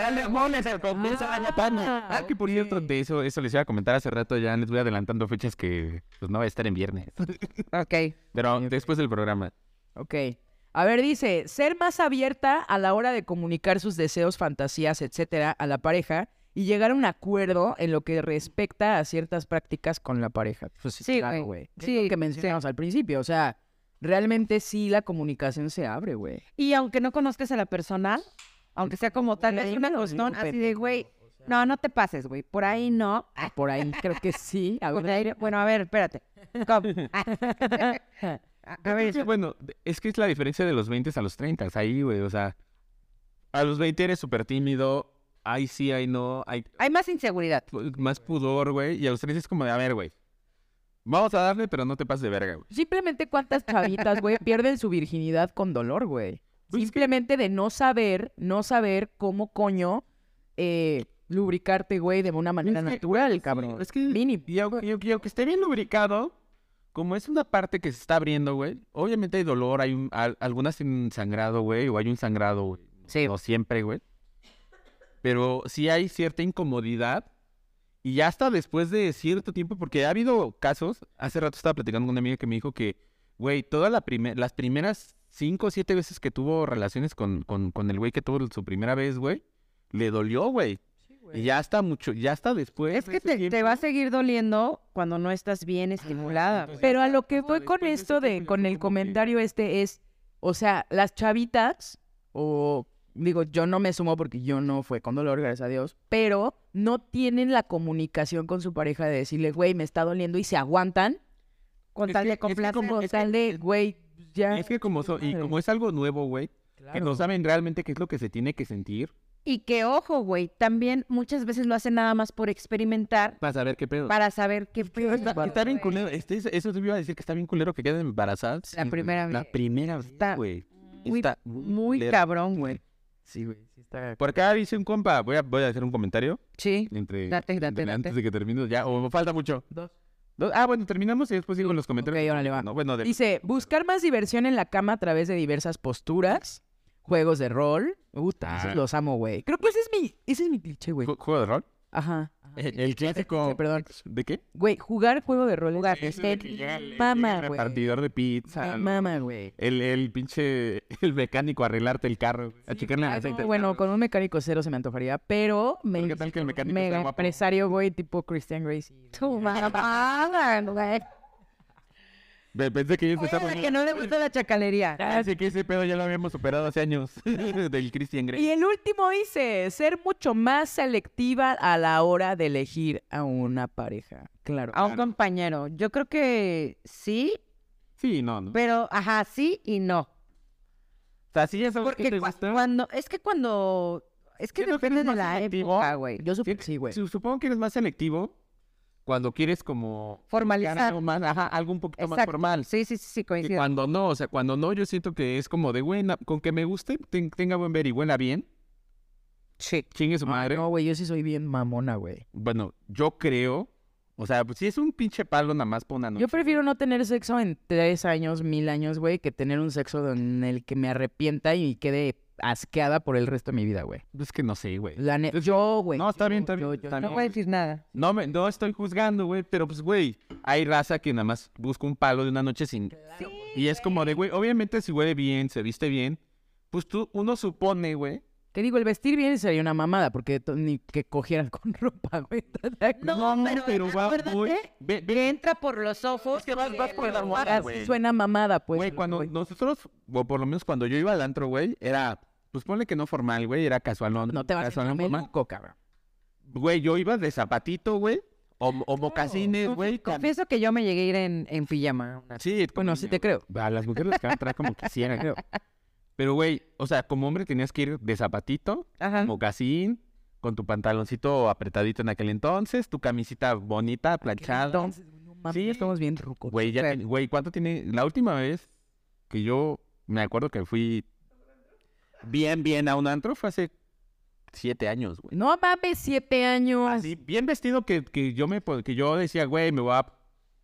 S1: Ah, que por cierto, de eso, eso les iba a comentar hace rato, ya les voy adelantando fechas que pues no va a estar en viernes.
S4: ok.
S1: Pero después del programa.
S2: Ok. A ver, dice, ser más abierta a la hora de comunicar sus deseos, fantasías, etcétera, a la pareja y llegar a un acuerdo en lo que respecta a ciertas prácticas con la pareja. Pues
S4: Sí,
S2: claro,
S4: güey.
S2: Es
S4: Sí,
S2: lo que mencionamos al principio, o sea, realmente sí la comunicación se abre, güey.
S4: Y aunque no conozcas a la persona, aunque sea como tal, es una costón así de, güey, no, no te pases, güey, por ahí no. Ah,
S2: Por ahí creo que sí. A
S4: por
S2: ver,
S4: ahí no. Bueno, a ver, espérate. ¿Cómo? Ah. A ver,
S1: Sí, bueno, de- es que es la diferencia de los 20 a los 30, ahí, güey, o sea, a los 20 eres súper tímido, ahí sí, ahí no, hay
S4: hay más inseguridad.
S1: pu- más pudor, güey, y a los 30 es como de, a ver, güey, vamos a darle, pero no te pases de verga, güey.
S2: Simplemente cuántas chavitas, güey, pierden su virginidad con dolor, güey.
S1: Pues es que-
S2: Simplemente de no saber, no saber cómo coño eh, lubricarte, güey, de una manera
S1: Es que-
S2: natural, cabrón.
S1: Es que,
S2: Mini.
S1: y aunque, y aunque- y aunque esté bien lubricado, como es una parte que se está abriendo, güey, obviamente hay dolor, hay un, al- algunas tienen sangrado, güey, o hay un sangrado, güey.
S2: Sí.
S1: No siempre, güey. Pero sí hay cierta incomodidad. Y ya hasta después de cierto tiempo, porque ha habido casos. Hace rato estaba platicando con una amiga que me dijo que, güey, todas la prime- las primeras cinco o siete veces que tuvo relaciones con, con, con el güey que tuvo su primera vez, güey, le dolió, güey. Y ya está mucho, ya está después.
S4: Es
S1: de
S4: que
S1: ese
S4: te,
S1: tiempo-
S4: te va a seguir doliendo cuando no estás
S1: Ah,
S4: bien estimulada. güey.
S2: Pero a lo que voy
S1: después
S2: con
S1: pues, de ese
S2: esto
S1: tiempo
S2: de,
S1: ya
S2: con
S1: fue
S2: el
S1: como que-
S2: comentario este es, o sea, las chavitas, o digo, yo no me sumo porque yo no fue con dolor, gracias a Dios, pero no tienen la comunicación con su pareja de decirle, güey, me está doliendo y se aguantan
S4: Con
S1: es
S4: tal
S1: que-
S4: de
S1: es que
S4: complacer.
S1: como-
S2: con
S1: es que-
S2: tal de, güey, ya.
S1: Es que como, so- y
S2: Madre.
S1: como es algo nuevo, güey, que no saben realmente qué es lo que se tiene que sentir
S4: Y que, ojo, güey, también muchas veces lo hacen nada más por experimentar
S1: para saber qué pedo.
S4: para saber qué pedo,
S1: Está, está bien
S4: güey.
S1: culero. Este, es- eso te iba a decir que está bien culero que queden embarazadas.
S4: La
S1: Sí,
S4: primera
S1: La
S4: vez.
S1: primera vez,
S4: Está
S1: güey.
S4: muy-
S1: Está
S4: Muy
S1: culero.
S4: cabrón, güey.
S2: Sí, güey, sí está...
S1: Por acá dice un compa, voy a, voy a hacer un comentario
S4: Sí.
S1: entre,
S4: Date, date,
S1: entre-
S4: date.
S1: antes de que termine ya, o falta mucho.
S2: Dos.
S1: Dos- Ah, bueno, terminamos y después digo en los comentarios.
S2: Ok, órale, va.
S1: No, bueno, de-
S2: Dice, buscar más diversión en la cama a través de diversas posturas, juegos de rol. Puta, esos
S1: Ah.
S2: los amo, güey. Creo que ese es mi, ese es mi cliché, güey.
S1: ju- juego de rol.
S2: Ajá.
S1: El, el
S2: Sí,
S1: clásico.
S2: perdón.
S1: ¿De qué?
S2: Güey, jugar juego de rol. Jugar. Mama, güey. Eh,
S1: Partidor de pizza.
S2: Mama, güey.
S1: El, el pinche el mecánico a arreglarte el carro, a checarle el
S2: Ah, no,
S1: aceite.
S2: bueno, con un mecánico cero se me antojaría, pero me
S1: ¿Qué tal que el mecánico está
S2: mega
S1: guapo?
S2: empresario, güey, tipo Christian Gracie.
S4: Tu mamada, güey.
S1: Ve- Pensé que ellos estaban-
S4: Oye, la que no le gusta la chacalería.
S1: Así que ese pedo ya lo habíamos superado hace años del Christian Grey.
S2: Y el último dice, ser mucho más selectiva a la hora de elegir a una pareja. Claro.
S4: A un compañero. Yo creo que sí,
S1: Sí, no, no.
S4: pero ajá, sí y no.
S1: O sea, sí ya sabes que
S4: Porque
S1: te
S4: cua-
S1: gusta.
S4: cuando, es que cuando, es que
S1: Siento que
S4: depende
S1: eres
S4: de
S1: más
S4: la
S1: selectivo.
S4: época, güey.
S2: Yo supongo
S1: Siento-
S2: que sí, güey.
S1: su- Supongo que eres más selectivo cuando quieres como buscar
S4: Formalizar.
S1: algo más, ajá, algo un poquito más
S4: Exacto.
S1: formal.
S4: Sí, sí, sí, sí,
S1: Que
S4: coincido.
S1: cuando no, o sea, cuando no, yo siento que es como de buena, con que me guste, ten- tenga buen ver y huela bien,
S4: Sí.
S1: chingue su
S2: Ah,
S1: madre.
S2: No, güey, yo sí soy bien mamona, güey.
S1: Bueno, yo creo, o sea, pues sí es un pinche palo nada más para una noche.
S2: Yo prefiero no tener sexo en tres años, mil años, güey, que tener un sexo en el que me arrepienta y quede asqueada por el resto de mi vida, güey.
S1: Es que no sé, güey.
S2: La ne-
S1: Es-
S2: yo, güey.
S1: No, está
S2: yo,
S1: bien, está bien,
S2: yo, yo,
S1: está
S2: yo.
S4: No
S1: bien.
S4: voy a decir nada.
S1: No, me, no estoy juzgando, güey, pero pues, güey, hay raza que nada más busca un palo de una noche sin... Y es como de, güey, obviamente si huele bien, se viste bien, pues tú, uno supone, güey.
S2: Te digo, el vestir bien sería una mamada, porque to- ni que cogieran con ropa, güey. ¿estás de acuerdo?
S4: No, pero,
S1: va
S4: acuérdate
S1: muy- ve- ve-
S4: que entra por los ojos.
S1: Es que vas-
S4: y
S1: vas por
S4: luego
S1: la almohada,
S4: baja.
S2: Así
S1: güey.
S2: "Ah, Suena mamada, pues.
S1: Güey,
S2: a lo
S1: cuando
S2: que voy.
S1: nosotros, o por lo menos cuando yo iba al antro, güey, era, pues ponle que no formal, güey, era casual, no,
S2: No te vas a
S1: casual,
S2: entrar
S1: no formal.
S2: meluco, cabrón.
S1: Güey, yo iba de zapatito, güey, o, o mocasines, güey. cam-
S4: Confieso que yo me llegué a ir en, en pijama. una-
S1: Sí,
S2: Bueno, sí te creo.
S1: A las mujeres les entrar como quisieran.
S2: Creo.
S1: Pero, güey, o sea, como hombre tenías que ir de zapatito,
S4: Ajá.
S1: mocasín, con tu pantaloncito apretadito en aquel entonces, tu camisita bonita, planchada.
S2: Entonces, güey, no mames,
S1: Sí.
S2: estamos bien rucos.
S1: Güey, ya, ten- güey, ¿cuánto tiene? La última vez que yo me acuerdo que fui bien, bien a un antro fue hace siete años, güey.
S2: No mames, siete años.
S1: Así, bien vestido que, que yo me po- que yo decía, güey, me voy a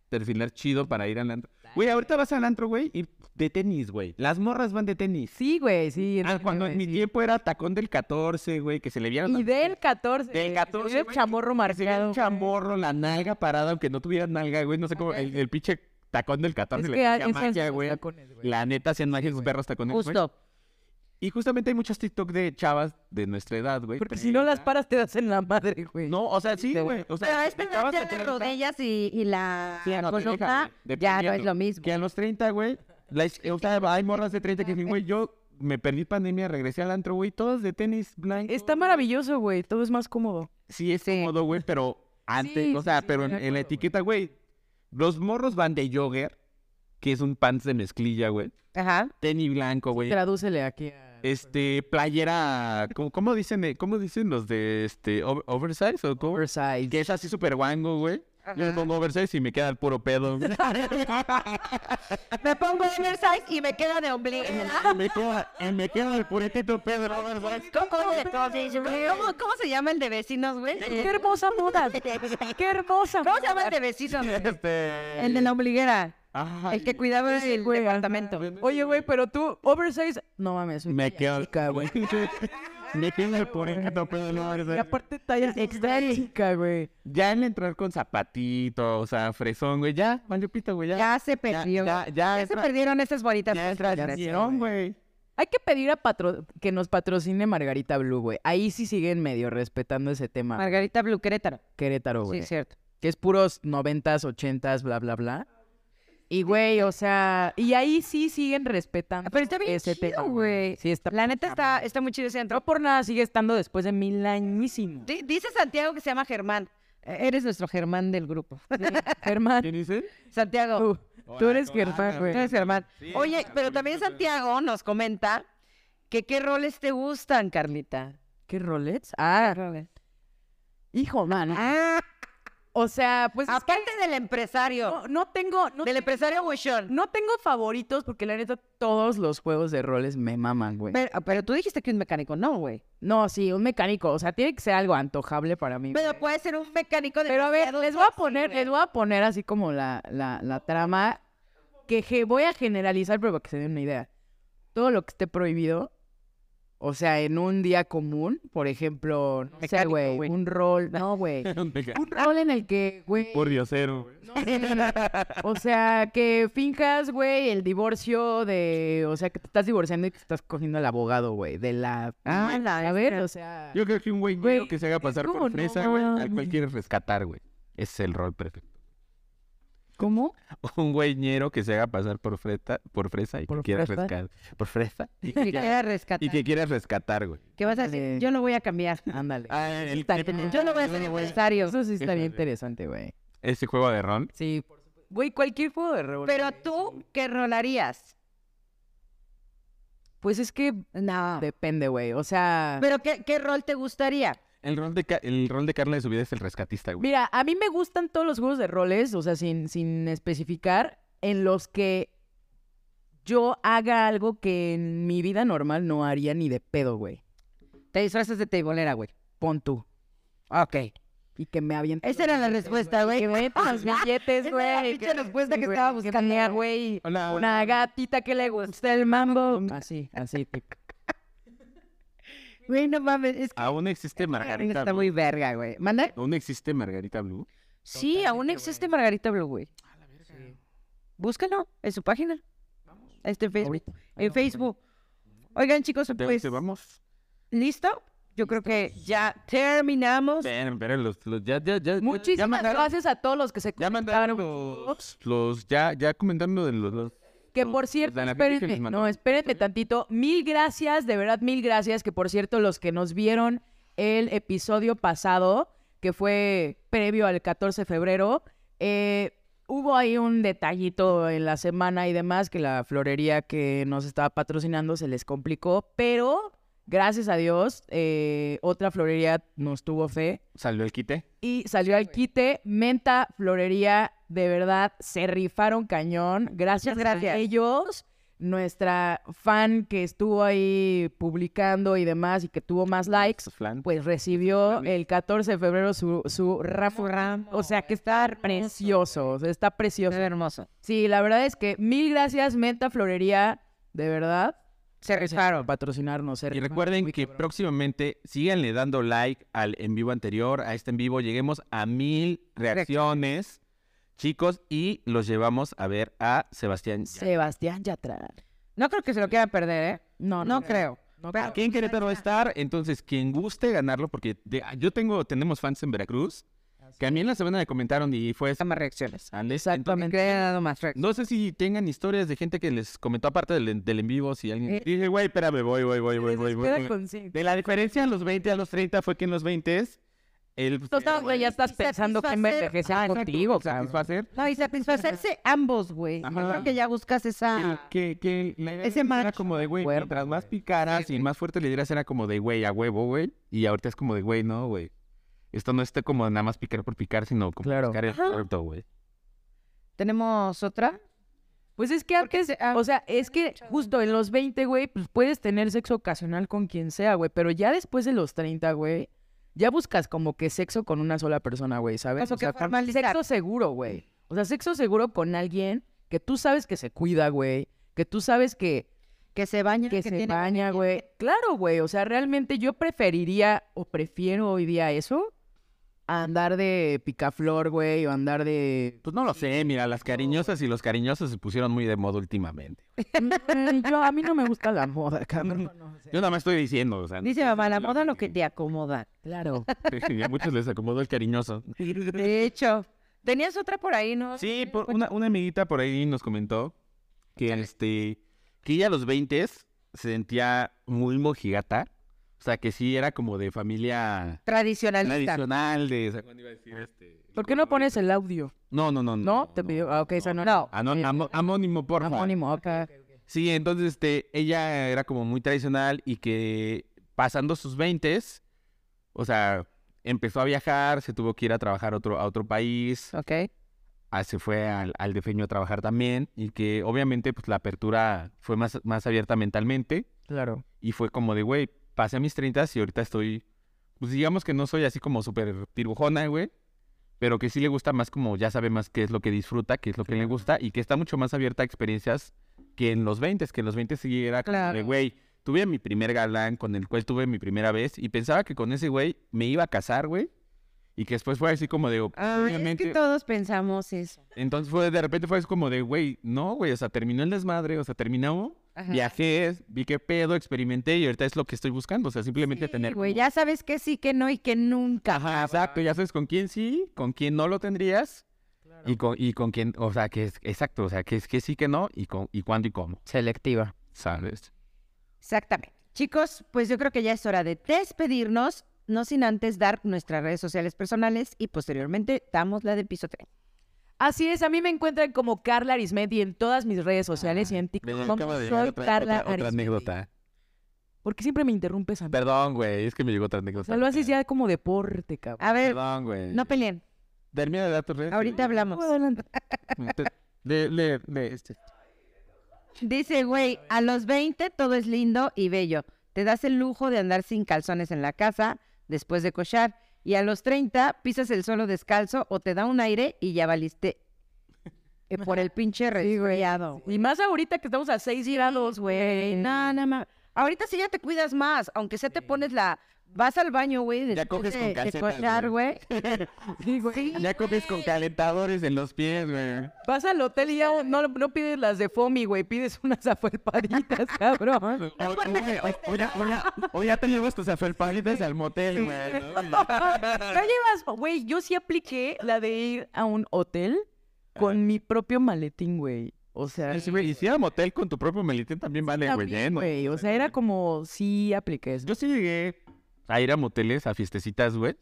S1: perfilar chido para ir al antro. Güey, ahorita vas al antro, güey, y de tenis, güey. Las morras van de tenis.
S2: Sí, güey, sí.
S1: Ah,
S2: entiendo,
S1: cuando en
S2: güey,
S1: mi
S2: sí.
S1: tiempo era tacón del 14, güey, que se le vieran
S2: Y del eh, 14.
S1: Del
S2: güey,
S1: 14,
S2: del
S1: güey,
S2: chamorro
S1: que se viera
S2: marcado.
S1: el
S2: güey.
S1: chamorro, la nalga parada, aunque no tuviera nalga, güey, no sé cómo, el, el pinche tacón del 14
S2: Es
S1: le
S2: que ah,
S1: hacía
S2: esos son
S1: magia,
S2: los
S1: güey.
S2: tacones, güey.
S1: La neta hacían magia sus
S2: güey.
S1: perros tacones, güey.
S4: Justo.
S1: Y justamente hay muchos TikTok de chavas de nuestra edad, güey.
S2: Porque si no las
S1: 30.
S2: paras, te das en la madre, güey.
S1: No, o sea, sí,
S2: Te-
S1: güey. O sea,
S4: Pero
S1: de
S4: es verdad
S1: chavas
S4: que
S1: de
S4: las
S1: 30.
S4: rodillas y, y la
S1: Sí, no,
S4: columna
S1: déjame,
S4: ya no es
S1: dependiendo.
S4: lo mismo.
S1: Que a los 30, güey, la is- o sea, hay morras de 30 que dicen, güey, yo me perdí pandemia, regresé al antro, güey, todos de tenis blanco.
S2: Está maravilloso, güey. Todo es más cómodo.
S1: Sí, es cómodo, güey, pero antes,
S2: Sí,
S1: o
S2: sí,
S1: sea,
S2: sí,
S1: pero en,
S2: estoy de
S1: en la
S2: acuerdo, güey.
S1: etiqueta, güey, los morros van de jogger, que es un pants de mezclilla, güey,
S4: Ajá.
S1: tenis blanco, güey,
S2: Tradúcele aquí. a-
S1: este, playera, ¿cómo, cómo dicen, eh? cómo dicen los de, este, over- oversize o cómo?
S2: Oversize.
S1: Que es así súper guango, güey. Yo me pongo oversize y me queda el puro pedo. güey.
S4: Me pongo oversize y me queda de ombligo.
S1: me, queda, eh, me queda el puretito pedo oversize.
S4: ¿Cómo, ¿Cómo se llama el de vecinos, güey?
S2: Qué hermosa moda. Qué hermosa.
S4: ¿Cómo se llama el de vecinos? güey?
S1: Este...
S4: El de la ombliguera.
S1: Ajá,
S4: El que cuidaba el
S2: güey, ajá.
S4: departamento.
S2: Oye, güey, pero tú, oversize. No mames. soy
S1: Me
S2: talla
S1: queda el...
S2: chica, güey.
S1: me queda el puretito pedo oversize.
S2: Y aparte, talla extra chica, güey.
S1: Ya en entrar con zapatito, o sea, fresón, güey, ya, valió pito, güey, ya.
S4: Ya se
S1: ya,
S4: perdió.
S1: ya, ya,
S4: Ya se
S1: entra-
S4: perdieron esas bonitas.
S1: ya
S4: cosas,
S1: entraron, güey.
S2: Hay que pedir a patro- que nos patrocine Margarita Blue, güey. Ahí sí siguen medio respetando ese tema.
S4: Margarita Blue Querétaro.
S2: Querétaro, güey.
S4: Sí, cierto.
S2: Que es puros noventas, ochentas, bla, bla, bla. Y, güey, o sea, y ahí sí siguen respetando
S4: Pero está bien
S2: ese
S4: chido,
S2: tema.
S4: güey.
S2: Sí, está.
S4: La neta está, está muy chido ese
S2: No
S4: antro.
S2: por nada sigue estando después de mil añísimos.
S4: Di- Dice Santiago que se llama Germán. E- Eres nuestro Germán del grupo.
S2: Germán,
S1: ¿Quién dice?
S4: Santiago.
S2: tú, tú eres Germán,
S4: Tú
S2: güey.
S4: eres Germán. Oye, pero también Santiago nos comenta que qué roles te gustan, Carlita.
S2: ¿Qué roles? Ah,
S4: Roles.
S2: hijo, man. O sea, pues es que
S4: Ah, Aparte del empresario,
S2: no, no tengo, no,
S4: del
S2: te-
S4: empresario Bushon.
S2: no tengo favoritos porque la neta todos los juegos de roles me maman, güey.
S4: Pero, ah, pero tú dijiste que un mecánico, no, güey.
S2: No, sí, un mecánico, o sea, tiene que ser algo antojable para mí.
S4: Pero puede ser un mecánico de
S2: Pero a ver, les voy a poner, les voy a poner así como la, la, la trama que ge- voy a generalizar, pero para que se den una idea. Todo lo que esté prohibido, o sea, en un día común, por ejemplo, no sé,
S4: Mecánico,
S2: güey,
S4: güey.
S2: un rol, no, güey, un rol en el que, güey,
S1: Por diosero. güey.
S2: no sé, o sea, que finjas, güey, el divorcio de, o sea, que te estás divorciando y que estás cogiendo al abogado, güey, de la,
S4: Ah, la
S2: a ver, o sea,
S1: Yo creo que un güey
S2: Güey,
S1: güero que se haga pasar
S2: ¿cómo
S1: por
S2: no,
S1: fresa, güey, al cual
S2: mames?
S1: quiere rescatar, güey. Ese es el rol perfecto.
S2: ¿cómo?
S1: Un güeyero que se haga pasar por fresa, por fresa y
S2: ¿Por
S1: que quiera
S2: fresa?
S1: rescatar. Por fresa. Y que,
S4: Y que
S1: quiera-
S4: era rescatar.
S1: y que quiera rescatar, güey.
S4: ¿Qué vas a
S2: Ándale.
S4: decir? Yo no voy a cambiar.
S2: Ándale.
S1: Ah, el-
S2: Está-
S4: Yo no voy a ser empresario.
S2: Eso sí estaría
S1: Híjole.
S2: interesante, güey.
S1: ese juego de ron.
S2: Sí, güey, cualquier juego de rol.
S4: Pero tú, ¿qué rolarías?
S2: Pues es que
S4: No.
S2: depende, güey. O sea,
S4: ¿Pero qué, qué rol te gustaría?
S1: El rol de, Ca- el rol de Carla de su vida es el rescatista, güey.
S2: mira, a mí me gustan todos los juegos de roles, o sea, sin, sin especificar, en los que yo haga algo que en mi vida normal no haría ni de pedo, güey.
S4: Te disfrazas de teibolera, güey.
S2: Pon tú.
S4: Ok.
S2: Y que me avienten.
S4: Esa era la respuesta, güey. Ah,
S2: Que me avienten los billetes,
S4: Esa era la
S2: güey.
S4: pinche respuesta que
S2: güey,
S4: estaba
S2: que
S4: buscando,
S2: tenía,
S4: güey.
S1: Hola.
S2: Una gatita que le gusta el mambo. Así, así.
S4: Güey, no mames. Es que
S1: Aún existe Margarita
S4: está
S1: Blue.
S4: muy verga, güey. ¿Manda?
S1: ¿Aún existe Margarita Blue?
S4: Sí, aún existe Margarita Blue, güey. Búscalo en su página. Este en Facebook.
S3: Ahorita.
S4: En Facebook. Oigan, chicos,
S1: Te-
S4: pues,
S1: te vamos.
S4: ¿listo? Yo creo que ya terminamos.
S1: Ven, ven, los, los- ya, ya, ya. ya
S2: pues, Muchísimas
S1: mandaron-
S2: gracias a todos los que se
S1: Ya mandaron los, los- ya, ya comentando de los, los-
S2: Que
S1: Los-
S2: por
S1: los
S2: cierto,
S1: de la gente que
S2: espérenme,
S1: les mandó.
S2: no, espérenme tantito. Mil gracias, de verdad, mil gracias. Que por cierto, los que nos vieron el episodio pasado, que fue previo al 14 de febrero, eh, hubo ahí un detallito en la semana y demás que la florería que nos estaba patrocinando se les complicó, pero gracias a Dios, eh, otra florería nos tuvo fe
S1: salió el quite.
S2: y salió al quite. Menta, Florería, de verdad, se rifaron cañón. Gracias,
S4: Muchas gracias.
S2: a ellos. Nuestra fan que estuvo ahí publicando y demás y que tuvo más likes,
S1: Flan.
S2: pues recibió el 14 de febrero su, su ramo. O sea que está precioso, o sea, está precioso.
S4: hermoso.
S2: Sí, la verdad es que mil gracias, Menta Florería, de verdad.
S4: Se rifaron.
S2: Por patrocinarnos. se
S1: Y
S2: rifaron.
S1: recuerden que próximamente síganle dando like al en vivo anterior, a este en vivo. Lleguemos a mil reacciones, chicos, y los llevamos a ver a Sebastián.
S2: Sebastián Yatra.
S4: No creo que se lo quieran perder, ¿eh?
S2: No,
S4: No creo.
S2: no
S4: Pero-
S1: Aquí en Querétaro va a estar, entonces quien guste ganarlo, porque de- ah, yo tengo, tenemos fans en Veracruz, que a mí en la semana me comentaron y fue...
S4: Más reacciones.
S1: Andes,
S4: Exactamente. Que haya dado más reacciones.
S1: No sé si tengan historias de gente que les comentó aparte del, del en vivo, si alguien...
S4: Eh.
S1: Dije, güey, espérame, voy, voy, voy, voy, voy, voy.
S2: Queda
S1: voy".
S2: con sí.
S1: De la diferencia a los 20 a los 30 fue que en los 20 el...
S2: Tú estás- güey, ya estás
S4: y
S2: pensando que me
S4: satisfacer-
S2: envejece
S4: Ah, exacto,
S2: contigo, cabrón.
S1: satisfacer
S4: No, y satisfacerse ambos, güey. Yo
S1: Ajá.
S4: creo que ya buscas esa...
S1: que, que la idea
S4: Ese
S1: era
S4: match.
S1: como de güey,
S2: Cuerpo,
S1: mientras más picaras y más fuerte le dieras era como de güey a huevo, güey, y ahorita es como de güey, no, güey. Esto no está como nada más picar por picar, sino como
S2: Claro.
S1: buscar el correcto, güey.
S4: ¿Tenemos otra?
S2: Pues es que
S4: Porque
S2: antes,
S4: se- ah,
S2: o sea, es que justo en los 20, güey, pues puedes tener sexo ocasional con quien sea, güey, pero ya después de los 30, güey, ya buscas como que sexo con una sola persona, güey, ¿sabes?
S4: Como
S2: o
S4: que
S2: sea, con-
S4: formalizar.
S2: sexo seguro, güey. O sea, sexo seguro con alguien que tú sabes que se cuida, güey, que tú sabes que
S4: Que se baña.
S2: que se
S4: tiene-
S2: baña, güey. Claro, güey. O sea, realmente yo preferiría o prefiero hoy día eso a andar de picaflor, güey, o andar de...
S1: Pues no lo sé, mira, las cariñosas y los cariñosos se pusieron muy de moda últimamente.
S2: Mm, yo, a mí no me gusta la moda, cabrón.
S1: Yo nada más estoy diciendo, o sea,
S4: Dice mamá, la moda lo que te acomoda.
S2: Claro.
S1: ya a muchos les acomodó el cariñoso.
S4: De hecho, tenías otra por ahí, ¿no?
S1: Sí, por una, una amiguita por ahí nos comentó que este que ella a los 20 se sentía muy mojigata. O sea, que sí era como de familia
S4: Tradicionalista.
S1: tradicional de o sea, ¿cuándo iba a decir este?
S2: ¿Por qué no pones el audio?
S1: No, no, no.
S2: ¿No? Te pidió... Ah, ok, esa no. No.
S1: Anon- amo- Amónimo, por
S2: Anónimo, ok.
S1: Sí, entonces este, ella era como muy tradicional y que pasando sus 20, o sea, empezó a viajar, se tuvo que ir a trabajar a otro, a otro país,
S4: Ok.
S1: ah, se fue al, al defeño a trabajar también y que obviamente pues la apertura fue más, más abierta mentalmente
S2: Claro.
S1: y fue como de, güey, pasé a mis 30 y ahorita estoy, pues digamos que no soy así como súper tirujona, güey, pero que sí le gusta más como ya sabe más qué es lo que disfruta, qué es lo que le gusta y que está mucho más abierta a experiencias que en los 20, que en los 20 sí era como de,
S4: Claro.
S1: güey, tuve a mi primer galán con el cual tuve mi primera vez y pensaba que con ese güey me iba a casar, güey. Y que después fue así como de...
S4: Ah, es
S1: obviamente-
S4: que todos pensamos eso.
S1: entonces fue, de repente fue así como de, güey, no, güey, o sea, terminó el desmadre, o sea, terminó,
S4: Ajá.
S1: viajé, vi qué pedo, experimenté y ahorita es lo que estoy buscando, o sea, simplemente tener...
S4: Güey,
S1: como-
S4: ya sabes que sí, que no y que nunca.
S1: Ajá, exacto, ya sabes con quién sí, con quién no lo tendrías y, con, y con quién, o sea, que es, exacto, o sea, que es que sí, que no y, con, y cuándo y cómo,
S2: Selectiva.
S1: ¿sabes?
S4: Exactamente. Chicos, pues yo creo que ya es hora de despedirnos, no sin antes dar nuestras redes sociales personales y posteriormente damos la de piso 3.
S2: Así es, a mí me encuentran como Carla Arismendi en todas mis redes sociales y
S1: Ah,
S2: en TikTok. como Soy Carla Arismendi.
S1: anécdota.
S2: ¿Por qué siempre me interrumpes a mí?
S1: Perdón, güey, es que me llegó otra
S2: O
S1: anécdota.
S2: sea, lo haces ya como deporte, cabrón.
S4: A ver,
S1: Perdón, güey.
S4: no peleen,
S1: Termina de dar tu red.
S4: ahorita hablamos.
S2: Adelante.
S1: Le, le, le, este.
S4: Dice, güey, a los 20 todo es lindo y bello. Te das el lujo de andar sin calzones en la casa después de cochar. Y a los 30 pisas el suelo descalzo o te da un aire y ya valiste eh, por el pinche resfriado.
S2: Y más ahorita que
S4: Eh,
S2: estamos a 6 grados, güey.
S4: No, no, ma- Ahorita sí ya te cuidas más, aunque sea te pones la Vas al baño, güey.
S1: Ya
S4: después
S1: coges
S4: de-
S1: con
S4: de
S1: calcetas,
S4: cochar, güey.
S2: Sí, güey.
S1: Ya comes con calentadores en los pies, güey.
S2: Vas al hotel y ya no, no pides las de Fomi, güey. Pides unas afuerpaditas, cabrón.
S1: O- o- güey, O o ya- o ya- o ya te llevas tus afelparitas al motel, güey. ¿no?
S2: Ya llevas, güey, yo sí apliqué la de ir a un hotel con mi propio maletín, güey. O sea,
S1: Sí, güey, Y si a motel con tu propio melitín también vale, güey.
S2: también,
S1: ¿eh? No-
S2: güey, O sea, era como, sí apliqué eso.
S1: Yo sí llegué a ir a moteles, a fiestecitas, güey.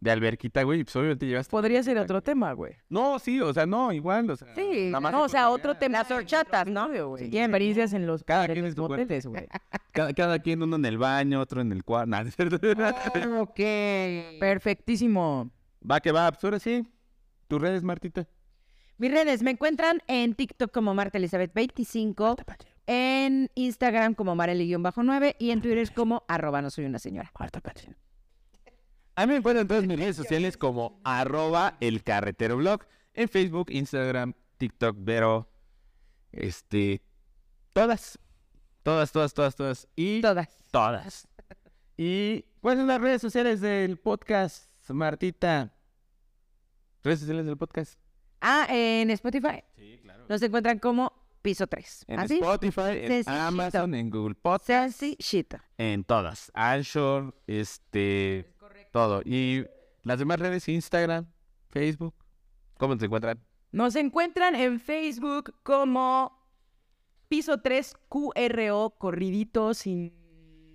S1: De alberquita, güey. y Pues obviamente llevas.
S2: Podría ser otro tema, güey.
S1: No, sí, o sea, no, igual, o sea.
S4: Sí,
S1: nada más
S2: No,
S1: que
S2: o sea,
S1: cotorrear.
S2: otro tema.
S4: Las horchatas, ¿no?
S2: güey.
S4: Siempre.
S2: Experiencias en los
S1: Cada
S2: en
S1: quien
S2: los
S1: en su cuarto.
S2: moteles, güey.
S1: Cada, cada quien, uno en el baño, otro en el cuarto. Nah, no es cierto. Ah.
S4: Ok.
S2: Perfectísimo.
S1: Va que va, pues ahora sí. Tus redes, Martita.
S4: Mis redes me encuentran en TikTok como Marta Elizabeth 25, en Instagram como Marely-9 y en Twitter como arroba no soy una señora.
S1: A mí me encuentran en todas mis redes sociales como arroba el carretero blog. En Facebook, Instagram, TikTok, Vero. Este. Todas. Todas, todas, todas, todas. Y.
S4: Todas.
S1: Todas. ¿Y cuáles son las redes sociales del podcast, Martita? ¿Redes sociales del podcast?
S4: Ah, en Spotify.
S1: Sí, claro.
S4: Nos encuentran como piso 3.
S1: En
S4: Así.
S1: Spotify, en
S4: Sencillito.
S1: Amazon, en Google Podcast,
S4: Sencillito.
S1: en todas. Anchor, este, todo. Y las demás redes, Instagram, Facebook, ¿cómo se encuentran?
S2: Nos encuentran en Facebook como Piso 3 QRO, corridito, sin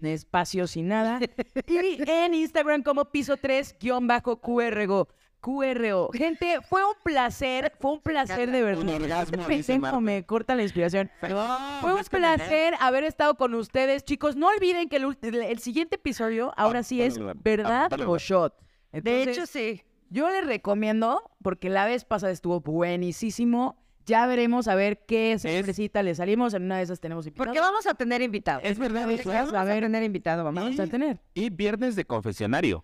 S2: espacio, sin nada. Y en Instagram como Piso 3 guión bajo QRO. QRO. Gente, fue un placer, fue un placer de verdad.
S5: Un orgasmo, dice Marta.
S2: Pendejo, me corta la inspiración. Fue un
S1: pues,
S5: más que nada.
S2: placer haber estado con ustedes, chicos. No olviden que el, ulti- el siguiente episodio
S5: Ah,
S2: ahora sí es verdad o shot.
S4: De
S2: Entonces,
S4: hecho, sí.
S2: yo les recomiendo, porque la vez pasada estuvo buenísimo. Ya veremos a ver qué sorpresita le salimos. En una de esas tenemos invitados.
S4: Porque vamos a tener invitados.
S1: Es verdad, es verdad.
S4: Vamos a tener invitado, mamá.
S2: vamos a tener.
S1: y viernes de confesionario.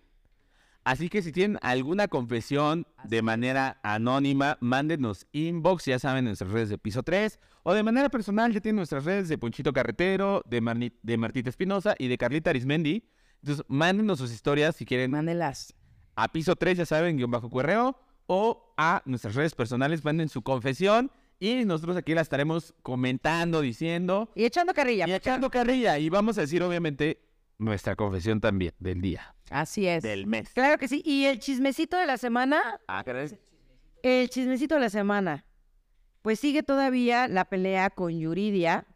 S1: Así que si tienen alguna confesión de manera anónima, mándenos inbox, ya saben, en nuestras redes de piso 3. O de manera personal, ya tienen nuestras redes de Ponchito Carretero, de, Marni- de Martita Espinosa y de Carlita Arismendi. Entonces, mándenos sus historias si quieren
S2: Mándelas.
S1: a piso 3, ya saben, guión bajo correo. O a nuestras redes personales, manden su confesión. Y nosotros aquí la estaremos comentando, diciendo.
S4: Y echando carrilla.
S1: Y echando carrilla. Y vamos a decir, obviamente, nuestra confesión también del día,
S2: Así es.
S1: del mes.
S4: Claro que sí. Y el chismecito de la semana,
S1: Ah, caray.
S4: El chismecito de la semana. Pues sigue todavía la pelea con Yuridia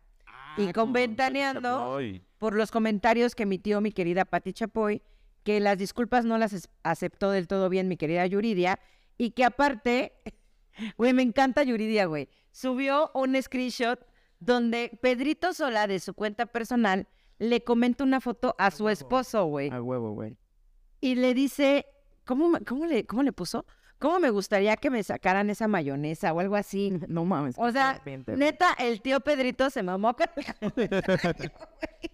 S4: y Ah, con Ventaneando
S1: Ay.
S4: por los comentarios que emitió mi querida Pati Chapoy, que las disculpas no las es- aceptó del todo bien mi querida Yuridia y que aparte, güey, me encanta Yuridia, güey. Subió un screenshot donde Pedrito Sola de su cuenta personal le comenta una foto a su esposo, güey
S2: A huevo, güey.
S4: y le dice, ¿cómo, me- cómo, le, ¿cómo le puso? ¿Cómo me gustaría que me sacaran esa mayonesa o algo así?
S2: No mames.
S4: O sea,
S2: Vente.
S4: neta, el tío Pedrito se mamó con el comentario, güey.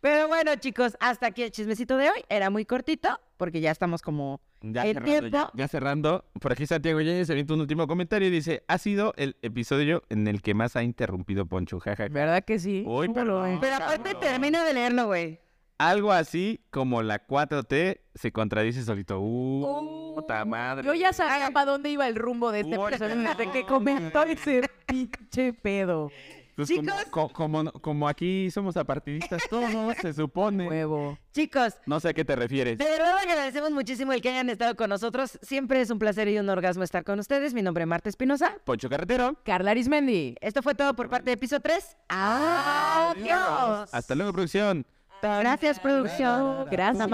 S4: Pero bueno, chicos, hasta aquí el chismecito de hoy. Era muy cortito, porque ya estamos como...
S1: Ya
S4: El
S1: cerrando, ya,
S4: tiempo.
S1: ya cerrando. Por aquí Santiago Yáñez se avienta un último comentario y dice: Ha sido el episodio en el que más ha interrumpido Poncho, jaja.
S2: ¿Verdad que sí?
S1: Uy,
S2: Súbelo,
S1: perdón.
S2: eh.
S4: Pero aparte termina de leerlo, güey.
S1: Algo así como la 4T se contradice solito. Uh, puta madre.
S2: Yo ya sabía para dónde iba el rumbo de este
S1: Uy,
S2: personaje desde que comentó ese pinche pedo.
S1: Entonces, Pues como- co- como, no- como aquí somos apartidistas todos, se supone.
S2: Huevo.
S4: Chicos,
S1: No sé a qué te refieres.
S4: de verdad agradecemos muchísimo el que hayan estado con nosotros. Siempre es un placer y un orgasmo estar con ustedes. Mi nombre es Marta Espinosa.
S1: Poncho Carretero.
S2: Carla Arismendi.
S4: Esto fue todo por parte de Piso 3. ¡Adiós!
S1: Hasta luego, producción.
S4: Gracias, producción.
S2: Gracias.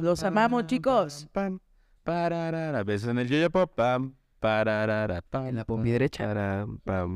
S2: Los amamos, chicos.
S1: Pam, pararara. Besos en el yoyo pop. Pam, pararara, pam,
S2: pompi derecha.
S1: pam, pam.